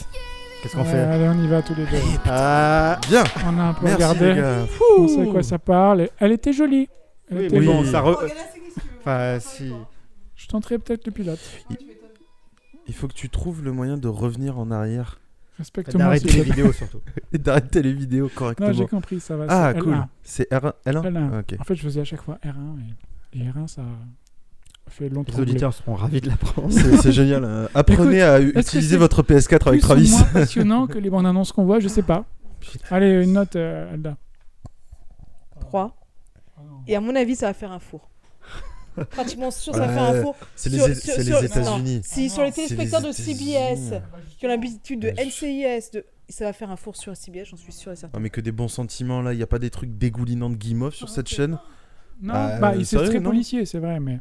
Speaker 4: qu'est-ce qu'on
Speaker 2: Ouais,
Speaker 4: fait
Speaker 2: Allez, on y va tous les deux.
Speaker 4: Ah,
Speaker 1: Bien.
Speaker 2: On a un peu
Speaker 1: Merci, les
Speaker 2: regardé.
Speaker 1: gars.
Speaker 2: On sait à quoi ça parle. et Elle était jolie. Elle
Speaker 4: Oui,
Speaker 2: était
Speaker 4: mais
Speaker 2: jolie.
Speaker 4: bon, ça re. Enfin, si.
Speaker 2: Je tenterai peut-être le pilote.
Speaker 1: Il faut que tu trouves le moyen de revenir en arrière.
Speaker 2: Respecte-moi,
Speaker 4: D'arrêter
Speaker 2: s'il
Speaker 4: les
Speaker 2: te plaît.
Speaker 4: vidéos, surtout.
Speaker 1: Et d'arrêter les vidéos correctement.
Speaker 2: Non, j'ai compris, ça va.
Speaker 1: Ah,
Speaker 2: c'est
Speaker 1: cool.
Speaker 2: L1.
Speaker 1: C'est R1 L1
Speaker 2: L1.
Speaker 1: Ah, Ok.
Speaker 2: En fait, je faisais à chaque fois R1 et, et R1, ça fait longtemps.
Speaker 4: Les auditeurs seront ravis de l'apprendre.
Speaker 1: C'est- c'est génial, hein. Apprenez à
Speaker 2: est-ce que
Speaker 1: utiliser
Speaker 2: c'est
Speaker 1: votre PS4 avec
Speaker 2: plus
Speaker 1: Travis.
Speaker 2: ou moins passionnant que les bandes annonces qu'on voit, je sais pas. Allez, une note, euh, Alda.
Speaker 3: 3. Et à mon avis, ça va faire un four. Pratiquement sûr, ça va
Speaker 1: Ouais,
Speaker 3: faire un four.
Speaker 1: c'est les
Speaker 3: Sur-
Speaker 1: É-
Speaker 3: sur-
Speaker 1: c'est les
Speaker 3: sur- non,
Speaker 1: États-Unis.
Speaker 3: Si sur les
Speaker 1: C'est les
Speaker 3: téléspectateurs de
Speaker 1: États-Unis.
Speaker 3: CBS qui ont l'habitude de NCIS, de... ça va faire un four sur CBS, j'en suis sûr et certain.
Speaker 1: Ah, mais que des bons sentiments là, il n'y a pas des trucs dégoulinants de guimauve
Speaker 2: Ah,
Speaker 1: sur cette chaîne
Speaker 2: Non,
Speaker 1: Ah,
Speaker 2: bah,
Speaker 1: euh,
Speaker 2: il- c'est
Speaker 1: sérieux,
Speaker 2: très
Speaker 1: non
Speaker 2: policier, c'est vrai, mais,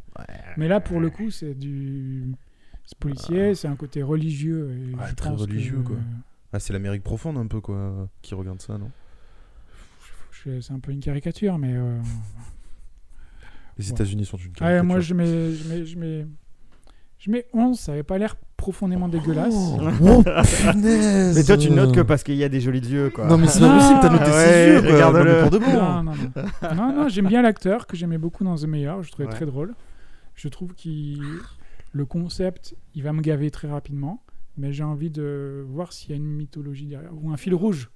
Speaker 2: mais là, pour le coup, c'est du. C'est policier, c'est un côté religieux. et
Speaker 1: Ah,
Speaker 2: je
Speaker 1: très
Speaker 2: pense que,
Speaker 1: religieux quoi.
Speaker 2: euh,
Speaker 1: Ah, c'est l'Amérique profonde un peu quoi, qui regarde ça, non
Speaker 2: je- C'est un peu une caricature, mais. euh,
Speaker 1: Les
Speaker 2: ouais.
Speaker 1: États-Unis sont une
Speaker 2: Ouais,
Speaker 1: caricature.
Speaker 2: Ah, moi, je mets, je, mets, je, mets, je mets 11, ça avait pas l'air profondément dégueulasse.
Speaker 1: oh, punaise
Speaker 4: Mais toi, tu notes que parce qu'il y a des jolis yeux, quoi.
Speaker 1: Non, mais c'est pas
Speaker 2: Non.
Speaker 1: possible, t'as noté ses
Speaker 4: Ouais,
Speaker 1: yeux, quoi. Non,
Speaker 4: regarde-le.
Speaker 1: mais pour de bon.
Speaker 2: Non, non, non. non, non, j'aime bien l'acteur que j'aimais beaucoup dans The Meilleur. Je le trouvais
Speaker 4: Ouais.
Speaker 2: très drôle. Je trouve qu'il. Le concept, il va me gaver très rapidement. Mais j'ai envie de voir s'il y a une mythologie derrière. Ou un fil rouge.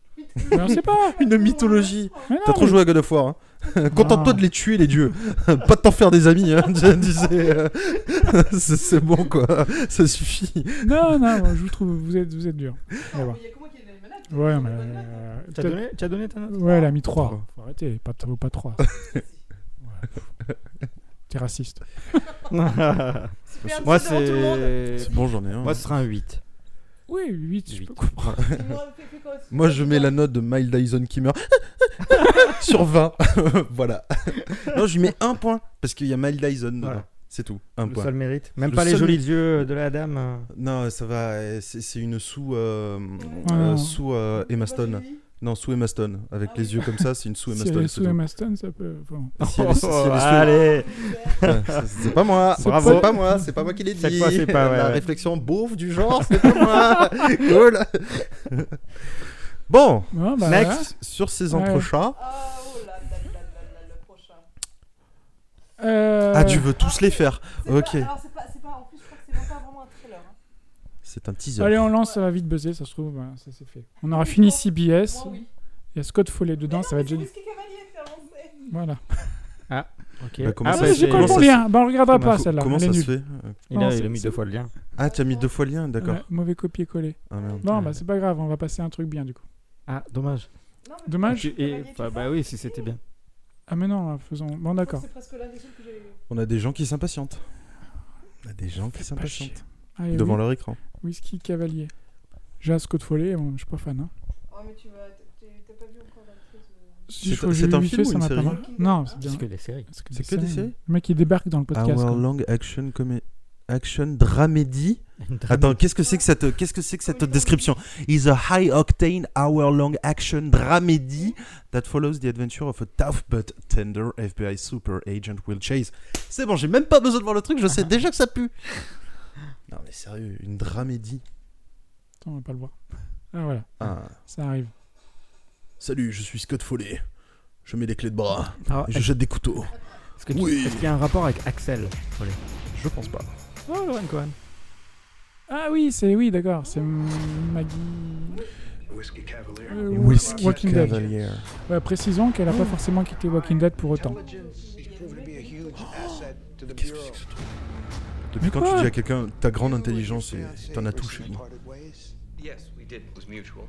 Speaker 2: Mais on sait pas.
Speaker 1: Une mythologie.
Speaker 2: Mais non,
Speaker 1: T'as trop
Speaker 2: mais-
Speaker 1: joué à God of War. Hein. Contente-toi
Speaker 2: Non.
Speaker 1: de les tuer, les dieux. pas de t'en faire des amis. Hein. Je disais, euh, c'est c'est bon, quoi. Ça suffit.
Speaker 2: Non, non, moi, je vous trouve. Vous êtes, vous êtes dur. On va voir. Ouais, mais. euh,
Speaker 4: T'as
Speaker 2: peut-être-
Speaker 4: donné- t'as donné ta note
Speaker 2: Ouais, elle a mis 3.
Speaker 4: Trois.
Speaker 2: Faut arrêter, pas, t- pas 3. T'es raciste.
Speaker 4: Moi, c'est.
Speaker 1: C'est bon, j'en ai un.
Speaker 4: Moi, ce sera un 8.
Speaker 2: Oui, 8, je peux comprendre.
Speaker 1: Moi, je mets la note de Miles Dyson qui meurt sur 20. voilà. Non, je lui mets un point parce qu'il y a Miles Dyson dedans.
Speaker 4: Voilà.
Speaker 1: C'est tout. Un
Speaker 4: Le
Speaker 1: point.
Speaker 4: seul mérite. Même
Speaker 1: Le
Speaker 4: pas les
Speaker 1: seul
Speaker 4: jolis
Speaker 1: mé-
Speaker 4: yeux de la dame. euh.
Speaker 1: Non, ça va. euh, C'est c'est une sous. euh,
Speaker 2: Ah,
Speaker 1: euh,
Speaker 2: non.
Speaker 1: sous euh, Emma Stone. Non, sous Emma Stone. Avec les yeux comme ça, c'est une sous Emma
Speaker 2: Si elle
Speaker 1: Stone.
Speaker 2: est
Speaker 1: c'est
Speaker 2: sous
Speaker 1: tout.
Speaker 2: Emma Oh. Stone, ça peut. bon.
Speaker 1: Si elle est- si elle est sous-
Speaker 4: Oh, ah,
Speaker 1: Ouais,
Speaker 4: allez.
Speaker 1: c'est- C'est pas moi,
Speaker 4: C'est
Speaker 1: c'est
Speaker 4: bravo.
Speaker 1: pas moi, c'est pas moi qui l'ai dit.
Speaker 4: Cette fois, c'est pas, ouais,
Speaker 1: La
Speaker 4: ouais.
Speaker 1: réflexion beauf du genre, c'est pas moi. cool. Bon,
Speaker 2: Ouais, bah,
Speaker 1: next
Speaker 2: voilà.
Speaker 1: sur ces
Speaker 2: Ouais.
Speaker 1: entrechats.
Speaker 3: ah, oh
Speaker 2: Euh,
Speaker 1: Ah, tu veux tous les faire. Ok,
Speaker 3: Alors, c'est pas, c'est pas, en plus, je crois que c'est même pas vraiment un trailer. hein.
Speaker 1: c'est un teaser.
Speaker 2: Allez, on lance, ça va vite buzzer, ça se trouve. voilà, ça c'est fait. On aura fini CBS. Il y a Scott Follet dedans,
Speaker 1: Bah,
Speaker 2: ça va être génial. Voilà.
Speaker 4: Ah, ok.
Speaker 1: Bah, comment
Speaker 4: ah,
Speaker 1: ça
Speaker 4: bah,
Speaker 1: se
Speaker 2: J'ai
Speaker 1: fait
Speaker 2: pas le
Speaker 1: Comment
Speaker 2: bon
Speaker 1: ça se-
Speaker 2: lien. Bah, on regardera
Speaker 1: Comment-
Speaker 2: pas celle-là.
Speaker 1: Comment
Speaker 2: elle est
Speaker 1: ça se
Speaker 2: nulle.
Speaker 1: fait
Speaker 4: Il
Speaker 2: Non,
Speaker 4: a, il
Speaker 2: c'est-
Speaker 4: a mis deux fois le lien.
Speaker 1: Ah, tu as mis deux fois le lien, d'accord.
Speaker 2: Ouais, mauvais copier-coller.
Speaker 1: Ah, merde.
Speaker 2: Non, bah c'est pas grave, on va passer un truc bien du coup.
Speaker 4: Ah, dommage.
Speaker 2: Dommage.
Speaker 4: Ah, tu- et- bah, bah oui, si c'était bien.
Speaker 2: Ah, mais non, faisons. Bon, d'accord.
Speaker 3: C'est presque l'un des trucs que j'ai.
Speaker 1: On a des gens qui s'impatientent. On a des gens qui s'impatientent.
Speaker 2: Allez,
Speaker 1: Devant
Speaker 2: oui.
Speaker 1: leur écran.
Speaker 2: Whisky Cavalier. J'ai un Scott Follet, bon, je suis pas fan. Hein.
Speaker 3: Oh, mais tu vas. t'es- T'as pas vu encore l'actrice euh,
Speaker 2: Si
Speaker 1: C'est-
Speaker 2: je crois que j'ai
Speaker 1: c'est un
Speaker 2: vite
Speaker 1: film
Speaker 2: fait,
Speaker 1: ou
Speaker 2: ça
Speaker 1: une
Speaker 2: m'a pas
Speaker 1: série
Speaker 2: marqué. Non, c'est bien.
Speaker 4: C'est que des séries.
Speaker 2: C'est
Speaker 1: C'est que des séries Ah,
Speaker 2: Le mec, il débarque dans le podcast.
Speaker 1: Hour
Speaker 2: quoi.
Speaker 1: long action comé- action dramedy.
Speaker 4: Une dramé-
Speaker 1: Attends, qu'est-ce que c'est que cette qu'est-ce que c'est que cette description Is a high octane hour long action dramedy that follows the adventure of a tough but tender FBI super agent Will Chase. C'est bon, j'ai même pas besoin de voir le truc, je sais déjà que ça pue. Non mais sérieux, une dramédie.
Speaker 2: Attends, on va pas le voir. Ah, voilà.
Speaker 1: Ah.
Speaker 2: Ça arrive.
Speaker 1: Salut, je suis Scott Foley. Je mets des clés de bras
Speaker 4: Ah,
Speaker 1: et je jette des couteaux.
Speaker 4: Est-ce que tu-
Speaker 1: Oui.
Speaker 4: est-ce qu'il y a un rapport avec Axel Follet
Speaker 1: Je pense pas.
Speaker 4: Oh, Lauren Cohen.
Speaker 2: Ah oui, c'est oui, d'accord. C'est M- Maggie. Euh,
Speaker 1: Whiskey
Speaker 2: Walking Dead.
Speaker 1: Cavalier.
Speaker 2: Ouais, précisons qu'elle a
Speaker 3: Mmh.
Speaker 2: pas forcément quitté Walking Dead pour autant.
Speaker 6: He's proven to be a huge asset to the Bureau.
Speaker 1: Depuis
Speaker 2: Mais
Speaker 1: quand
Speaker 2: quoi
Speaker 1: tu dis à quelqu'un ta grande intelligence et t'en as touché.
Speaker 17: Yes, we did. It was mutual.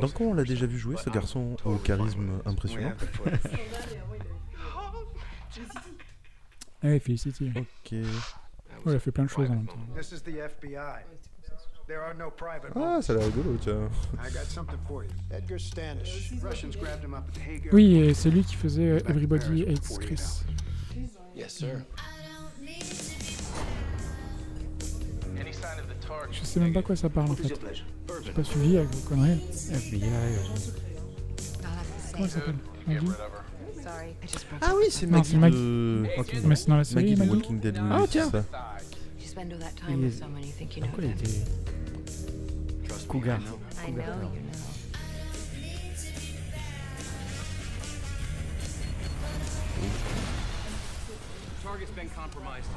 Speaker 1: Dans quoi on l'a déjà vu jouer ce garçon au charisme impressionnant
Speaker 2: Ah oui, Felicity.
Speaker 1: Ok.
Speaker 2: Ouais, Oh, elle fait plein de choses en même temps.
Speaker 6: This is the FBI. There are no private
Speaker 1: Ah, ça a l'air rigolo, tiens.
Speaker 6: I got something for you. Edgar Standish. Russians grabbed him up at the Hague
Speaker 2: Oui, et c'est lui qui faisait euh, Everybody Hates Chris.
Speaker 17: Yes, sir. Any sign of the target?
Speaker 2: Je sais même pas quoi ça parle en fait. J'ai pas suivi avec vos conneries.
Speaker 4: FBI. euh,
Speaker 2: Comment il s'appelle Maggie
Speaker 1: Ah oui, c'est
Speaker 2: Non,
Speaker 1: Maggie
Speaker 2: c'est Maggie.
Speaker 1: de...
Speaker 2: Ok. Mais c'est dans la série,
Speaker 1: Maggie de
Speaker 2: Maggie
Speaker 1: Walking Dead. oui,
Speaker 4: Ah,
Speaker 1: oui, c'est
Speaker 4: tiens.
Speaker 1: ça.
Speaker 7: You spend all that
Speaker 4: Il
Speaker 7: time with
Speaker 4: est...
Speaker 7: someone you think you know
Speaker 4: Pourquoi il
Speaker 7: them.
Speaker 4: était... Cougar.
Speaker 7: I know you know.
Speaker 17: Target's been compromised.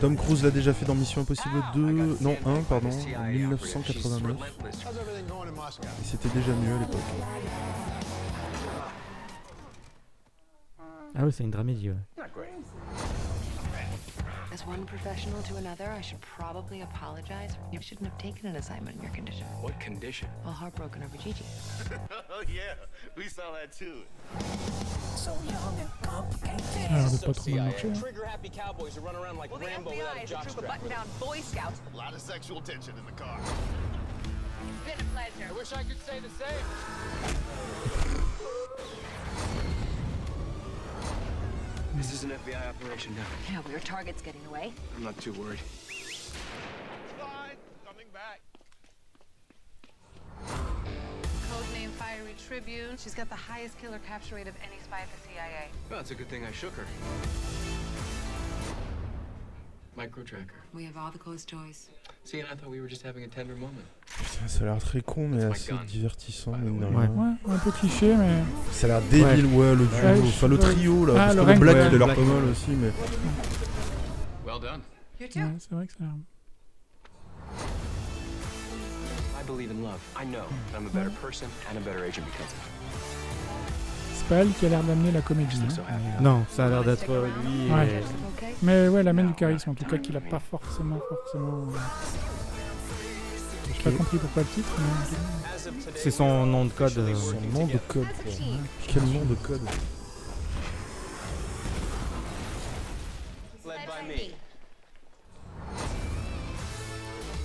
Speaker 1: Tom Cruise l'a déjà fait dans Mission Impossible
Speaker 2: Ah,
Speaker 1: 2, non 1 pardon, en 1989. Et c'était déjà mieux à l'époque.
Speaker 18: Ah oui, c'est une dramédie. ouais.
Speaker 7: As one professional to another, I should probably apologize. You shouldn't have taken an assignment in your condition.
Speaker 17: What condition?
Speaker 7: Well, heartbroken over Gigi.
Speaker 17: oh yeah, we saw that too.
Speaker 2: Ça n'avait pas trop mal marché. hein.
Speaker 17: Well, the FBI is a troop of button-down Boy Scouts. A lot of sexual tension in the car. Been a pleasure. I wish I could say the same.
Speaker 5: This is an FBI operation now.
Speaker 7: Yeah, well, your target's getting away.
Speaker 5: I'm not too worried.
Speaker 19: Codename Fiery Tribune. She's got the highest killer capture rate of any spy at the CIA.
Speaker 17: Well, it's a good thing I shook her. Micro tracker.
Speaker 7: We have all the close toys.
Speaker 17: See, and I thought we were just having a tender moment.
Speaker 1: Putain, ça a l'air très con mais assez divertissant. mine de
Speaker 2: Oh Ouais,
Speaker 1: rien.
Speaker 2: un peu cliché, mais.
Speaker 1: Ça a l'air débile, ouais, le duo,
Speaker 2: Ouais, je-
Speaker 1: enfin le
Speaker 2: ouais.
Speaker 1: trio là,
Speaker 2: Ah,
Speaker 1: parce que le
Speaker 2: Lorraine,
Speaker 1: Black
Speaker 2: ouais.
Speaker 1: il a l'air
Speaker 2: Black.
Speaker 1: pas mal aussi, mais.
Speaker 17: Well done.
Speaker 7: You
Speaker 2: Ouais, c'est vrai que ça a l'air.
Speaker 17: I believe in love. I know that I'm a better person and a better agent because of it.
Speaker 2: C'est pas elle qui a l'air d'amener la comédie. hein.
Speaker 4: Non, ça a l'air d'être euh, lui.
Speaker 2: Ouais.
Speaker 4: et-
Speaker 2: Mais ouais, la main du charisme, en tout cas, qu'il a pas forcément, forcément. euh, J'ai pas compris pourquoi le titre, mais.
Speaker 4: euh, C'est son nom de code. euh,
Speaker 1: Son nom de code. quoi. Quel nom de code
Speaker 17: Led by me.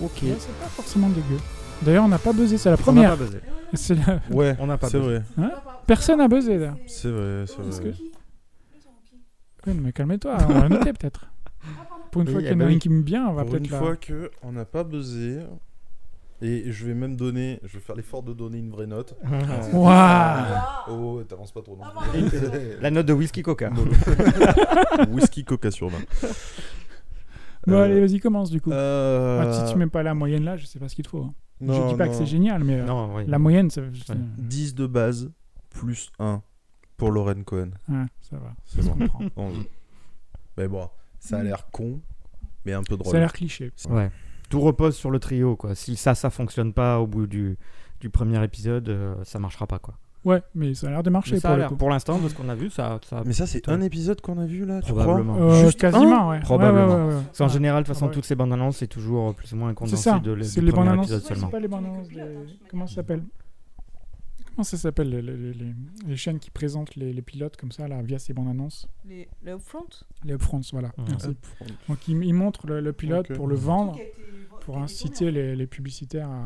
Speaker 4: Ok.
Speaker 2: Ouais, c'est pas forcément dégueu. D'ailleurs, on n'a pas buzzé, c'est la
Speaker 4: On
Speaker 2: première.
Speaker 4: n'a pas buzzé.
Speaker 2: C'est la-
Speaker 1: Ouais,
Speaker 4: On n'a pas
Speaker 1: c'est
Speaker 4: buzzé.
Speaker 1: vrai.
Speaker 2: Hein Personne n'a buzzé, là.
Speaker 1: C'est vrai, c'est
Speaker 2: Parce
Speaker 1: vrai.
Speaker 2: que- Oui, non, mais calmez-toi, on va le noter peut-être. Pour une
Speaker 4: Oui,
Speaker 2: fois qu'il y
Speaker 4: ah
Speaker 2: en
Speaker 4: bah
Speaker 2: a
Speaker 4: oui.
Speaker 2: un qui me bien, on va
Speaker 1: eh ben Pour une
Speaker 2: peut-être la-
Speaker 1: fois que on n'a pas buzzé, et je vais même donner, je vais faire l'effort de donner une vraie note.
Speaker 2: Ah.
Speaker 4: Ouah.
Speaker 1: Oh, t'avances pas trop non
Speaker 4: Et- La note de whisky coca.
Speaker 1: Non, non. Whisky coca sur 20.
Speaker 2: Bon,
Speaker 1: Euh,
Speaker 2: allez, vas-y, commence du coup.
Speaker 1: euh,
Speaker 2: Ah, si tu mets pas la moyenne là, je sais pas ce qu'il te faut. hein.
Speaker 1: Non,
Speaker 2: je dis pas que
Speaker 1: non.
Speaker 2: c'est génial, mais euh,
Speaker 4: Non, oui.
Speaker 2: la moyenne, ça.
Speaker 1: 10 de base, plus 1 pour Lauren Cohen.
Speaker 2: Ouais, ça va.
Speaker 1: C'est
Speaker 2: Ça se
Speaker 1: bon.
Speaker 2: comprend.
Speaker 1: On- Mais bon, ça a l'air con, mais un peu drôle.
Speaker 2: Ça a l'air cliché.
Speaker 1: Ouais.
Speaker 4: Ouais. Tout repose sur le trio, quoi. Si ça, ça fonctionne pas au bout du, du premier épisode, euh, ça marchera pas, quoi.
Speaker 2: Ouais, mais ça a l'air de marcher
Speaker 4: Mais ça
Speaker 2: pour
Speaker 4: a
Speaker 2: le
Speaker 4: l'air-
Speaker 2: coup.
Speaker 4: pour l'instant, de ce qu'on a vu, ça. ça
Speaker 1: Mais ça, c'est un épisode qu'on a vu là, tu crois
Speaker 4: Probablement.
Speaker 2: Euh, quasiment,
Speaker 1: un
Speaker 2: ouais.
Speaker 4: Probablement.
Speaker 2: Ouais, ouais, ouais, ouais.
Speaker 4: Parce qu'en
Speaker 2: Ouais.
Speaker 4: général, de toute
Speaker 2: Ah
Speaker 4: façon,
Speaker 2: ouais.
Speaker 4: toutes ces bandes annonces, c'est toujours euh, plus ou moins un
Speaker 2: C'est
Speaker 4: condensé
Speaker 2: ça,
Speaker 4: de, le-
Speaker 2: c'est
Speaker 4: du
Speaker 2: les
Speaker 4: premier
Speaker 2: bandes annonces.
Speaker 4: épisode seulement.
Speaker 2: C'est pas les bandes annonces. les- Comment ça s'appelle Comment ça s'appelle les, les- les- les- les chaînes qui présentent les, les pilotes comme ça, là, via ces bandes annonces
Speaker 3: Les, les upfront
Speaker 2: Les Upfronts, voilà.
Speaker 4: Ouais.
Speaker 2: merci.
Speaker 1: Upfronts.
Speaker 2: Donc ils, ils montrent le, le pilote
Speaker 1: Ok.
Speaker 2: pour le vendre, pour inciter les, les publicitaires à.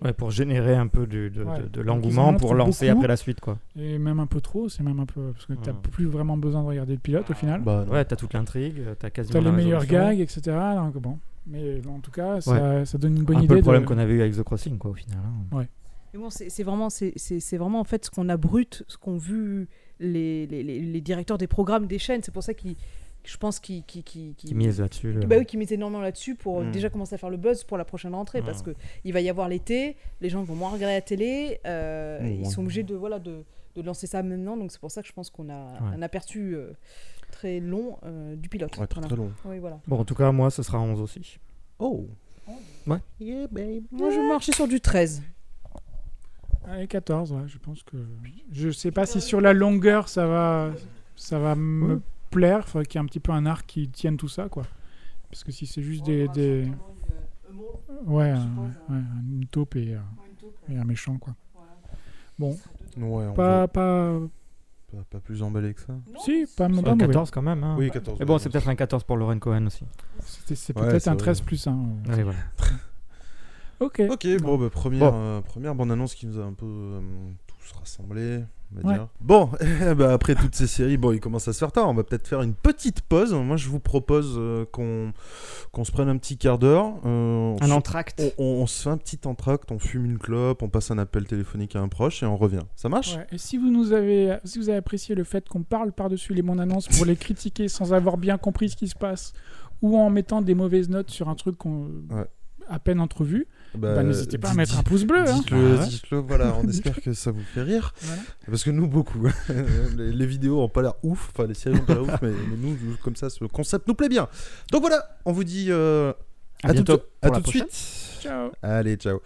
Speaker 4: Ouais, pour générer un peu du- de, de-
Speaker 2: Ouais.
Speaker 4: de
Speaker 2: Donc, ils en
Speaker 4: l'engouement pour
Speaker 2: montrent
Speaker 4: lancer
Speaker 2: beaucoup.
Speaker 4: après la suite, quoi.
Speaker 2: Et même un peu trop, c'est même un peu. Parce que t'as
Speaker 4: Ouais.
Speaker 2: plus vraiment besoin de regarder le pilote au final.
Speaker 1: Bah, non.
Speaker 4: Ouais, t'as toute l'intrigue, t'as quasiment.
Speaker 2: t'as les
Speaker 4: la
Speaker 2: meilleurs
Speaker 4: résolution.
Speaker 2: gags, etc. Donc bon. Mais bon, en tout cas, ça, ça donne une bonne
Speaker 4: un
Speaker 2: idée.
Speaker 4: peu le problème
Speaker 2: de...
Speaker 4: qu'on avait eu avec The Crossing, quoi, au final. hein.
Speaker 3: Mais bon, c'est c'est vraiment, c'est- c'est c'est vraiment en fait ce qu'on abrute, ce qu'ont vu les, les, les- les directeurs des programmes des chaînes. C'est pour ça qu'ils, je pense qu'ils... qu'ils- qu'ils- qu'ils-
Speaker 4: Qui mise là-dessus. le-
Speaker 3: Bah oui, qui mettent énormément là-dessus pour euh,
Speaker 4: Mm.
Speaker 3: déjà commencer à faire le buzz pour la prochaine rentrée, parce
Speaker 4: Mm.
Speaker 3: que il va y avoir l'été, les gens vont moins regarder la télé, euh,
Speaker 4: Mm.
Speaker 3: ils sont obligés de voilà de, de lancer ça maintenant, donc c'est pour ça que je pense qu'on a un aperçu euh, très long euh, du pilote.
Speaker 1: Ouais, très,
Speaker 3: Voilà.
Speaker 1: très long.
Speaker 3: Oui, voilà.
Speaker 4: Bon, en tout cas, moi, ce sera 11 aussi.
Speaker 1: Oh
Speaker 3: Moi, je vais marcher sur du 13.
Speaker 2: Ouais, 14, Ah, ouais, je pense que. Je sais pas si sur la longueur ça va, ça va me plaire. faudrait qu'il y ait un petit peu un arc qui tienne tout ça, quoi. Parce que si c'est juste des. des- Ouais, un- hein. ouais, une taupe et, euh, et un méchant, quoi.
Speaker 1: Bon. Ouais, on
Speaker 2: Pas.
Speaker 1: va-
Speaker 2: pas...
Speaker 1: pas, pas plus emballé que ça.
Speaker 2: Si, pas,
Speaker 4: Ouais,
Speaker 2: pas mauvais.
Speaker 4: 14 quand même. Hein.
Speaker 1: Oui, 14,
Speaker 4: Mais bon,
Speaker 1: ouais,
Speaker 4: c'est peut-être un 14 pour Lauren Cohen aussi.
Speaker 2: C'était- C'est
Speaker 1: Ouais,
Speaker 2: peut-être
Speaker 1: c'est
Speaker 2: un
Speaker 1: vrai.
Speaker 2: 13 plus 1.
Speaker 4: Allez, voilà.
Speaker 2: Ok.
Speaker 1: Ok, bon, bah, première, euh, première bande-annonce qui nous a un peu euh, tous rassemblés, on va
Speaker 2: Ouais.
Speaker 1: dire. Bon, eh ben, après toutes ces séries, bon, il commence à se faire tard, on va peut-être faire une petite pause. Moi, je vous propose euh, qu'on qu'on se prenne un petit quart d'heure. euh, on
Speaker 4: Un
Speaker 1: se-
Speaker 4: entracte.
Speaker 1: On, on- on se fait un petit entracte, on fume une clope, on passe un appel téléphonique à un proche et on revient. Ça marche
Speaker 2: Ouais, Et si vous nous avez, si vous avez apprécié le fait qu'on parle par-dessus les bandes annonces pour les critiquer sans avoir bien compris ce qui se passe, ou en mettant des mauvaises notes sur un truc qu'on
Speaker 1: Ouais.
Speaker 2: à peine entrevu,
Speaker 1: Bah,
Speaker 2: Bah, n'hésitez pas à
Speaker 1: dites-
Speaker 2: mettre un pouce bleu, hein.
Speaker 1: Dites-le,
Speaker 2: Ah ouais.
Speaker 1: dites-le, voilà, on espère que ça vous fait rire.
Speaker 2: Voilà.
Speaker 1: Parce que nous, beaucoup. les, les vidéos ont pas l'air ouf, enfin les séries ont pas l'air ouf, mais, mais nous, nous, comme ça, ce concept nous plaît bien. Donc voilà, on vous dit euh,
Speaker 4: À bientôt
Speaker 1: tout- à
Speaker 4: pour
Speaker 1: tout
Speaker 4: la
Speaker 1: de
Speaker 4: prochaine.
Speaker 1: suite.
Speaker 2: Ciao.
Speaker 1: Allez, ciao.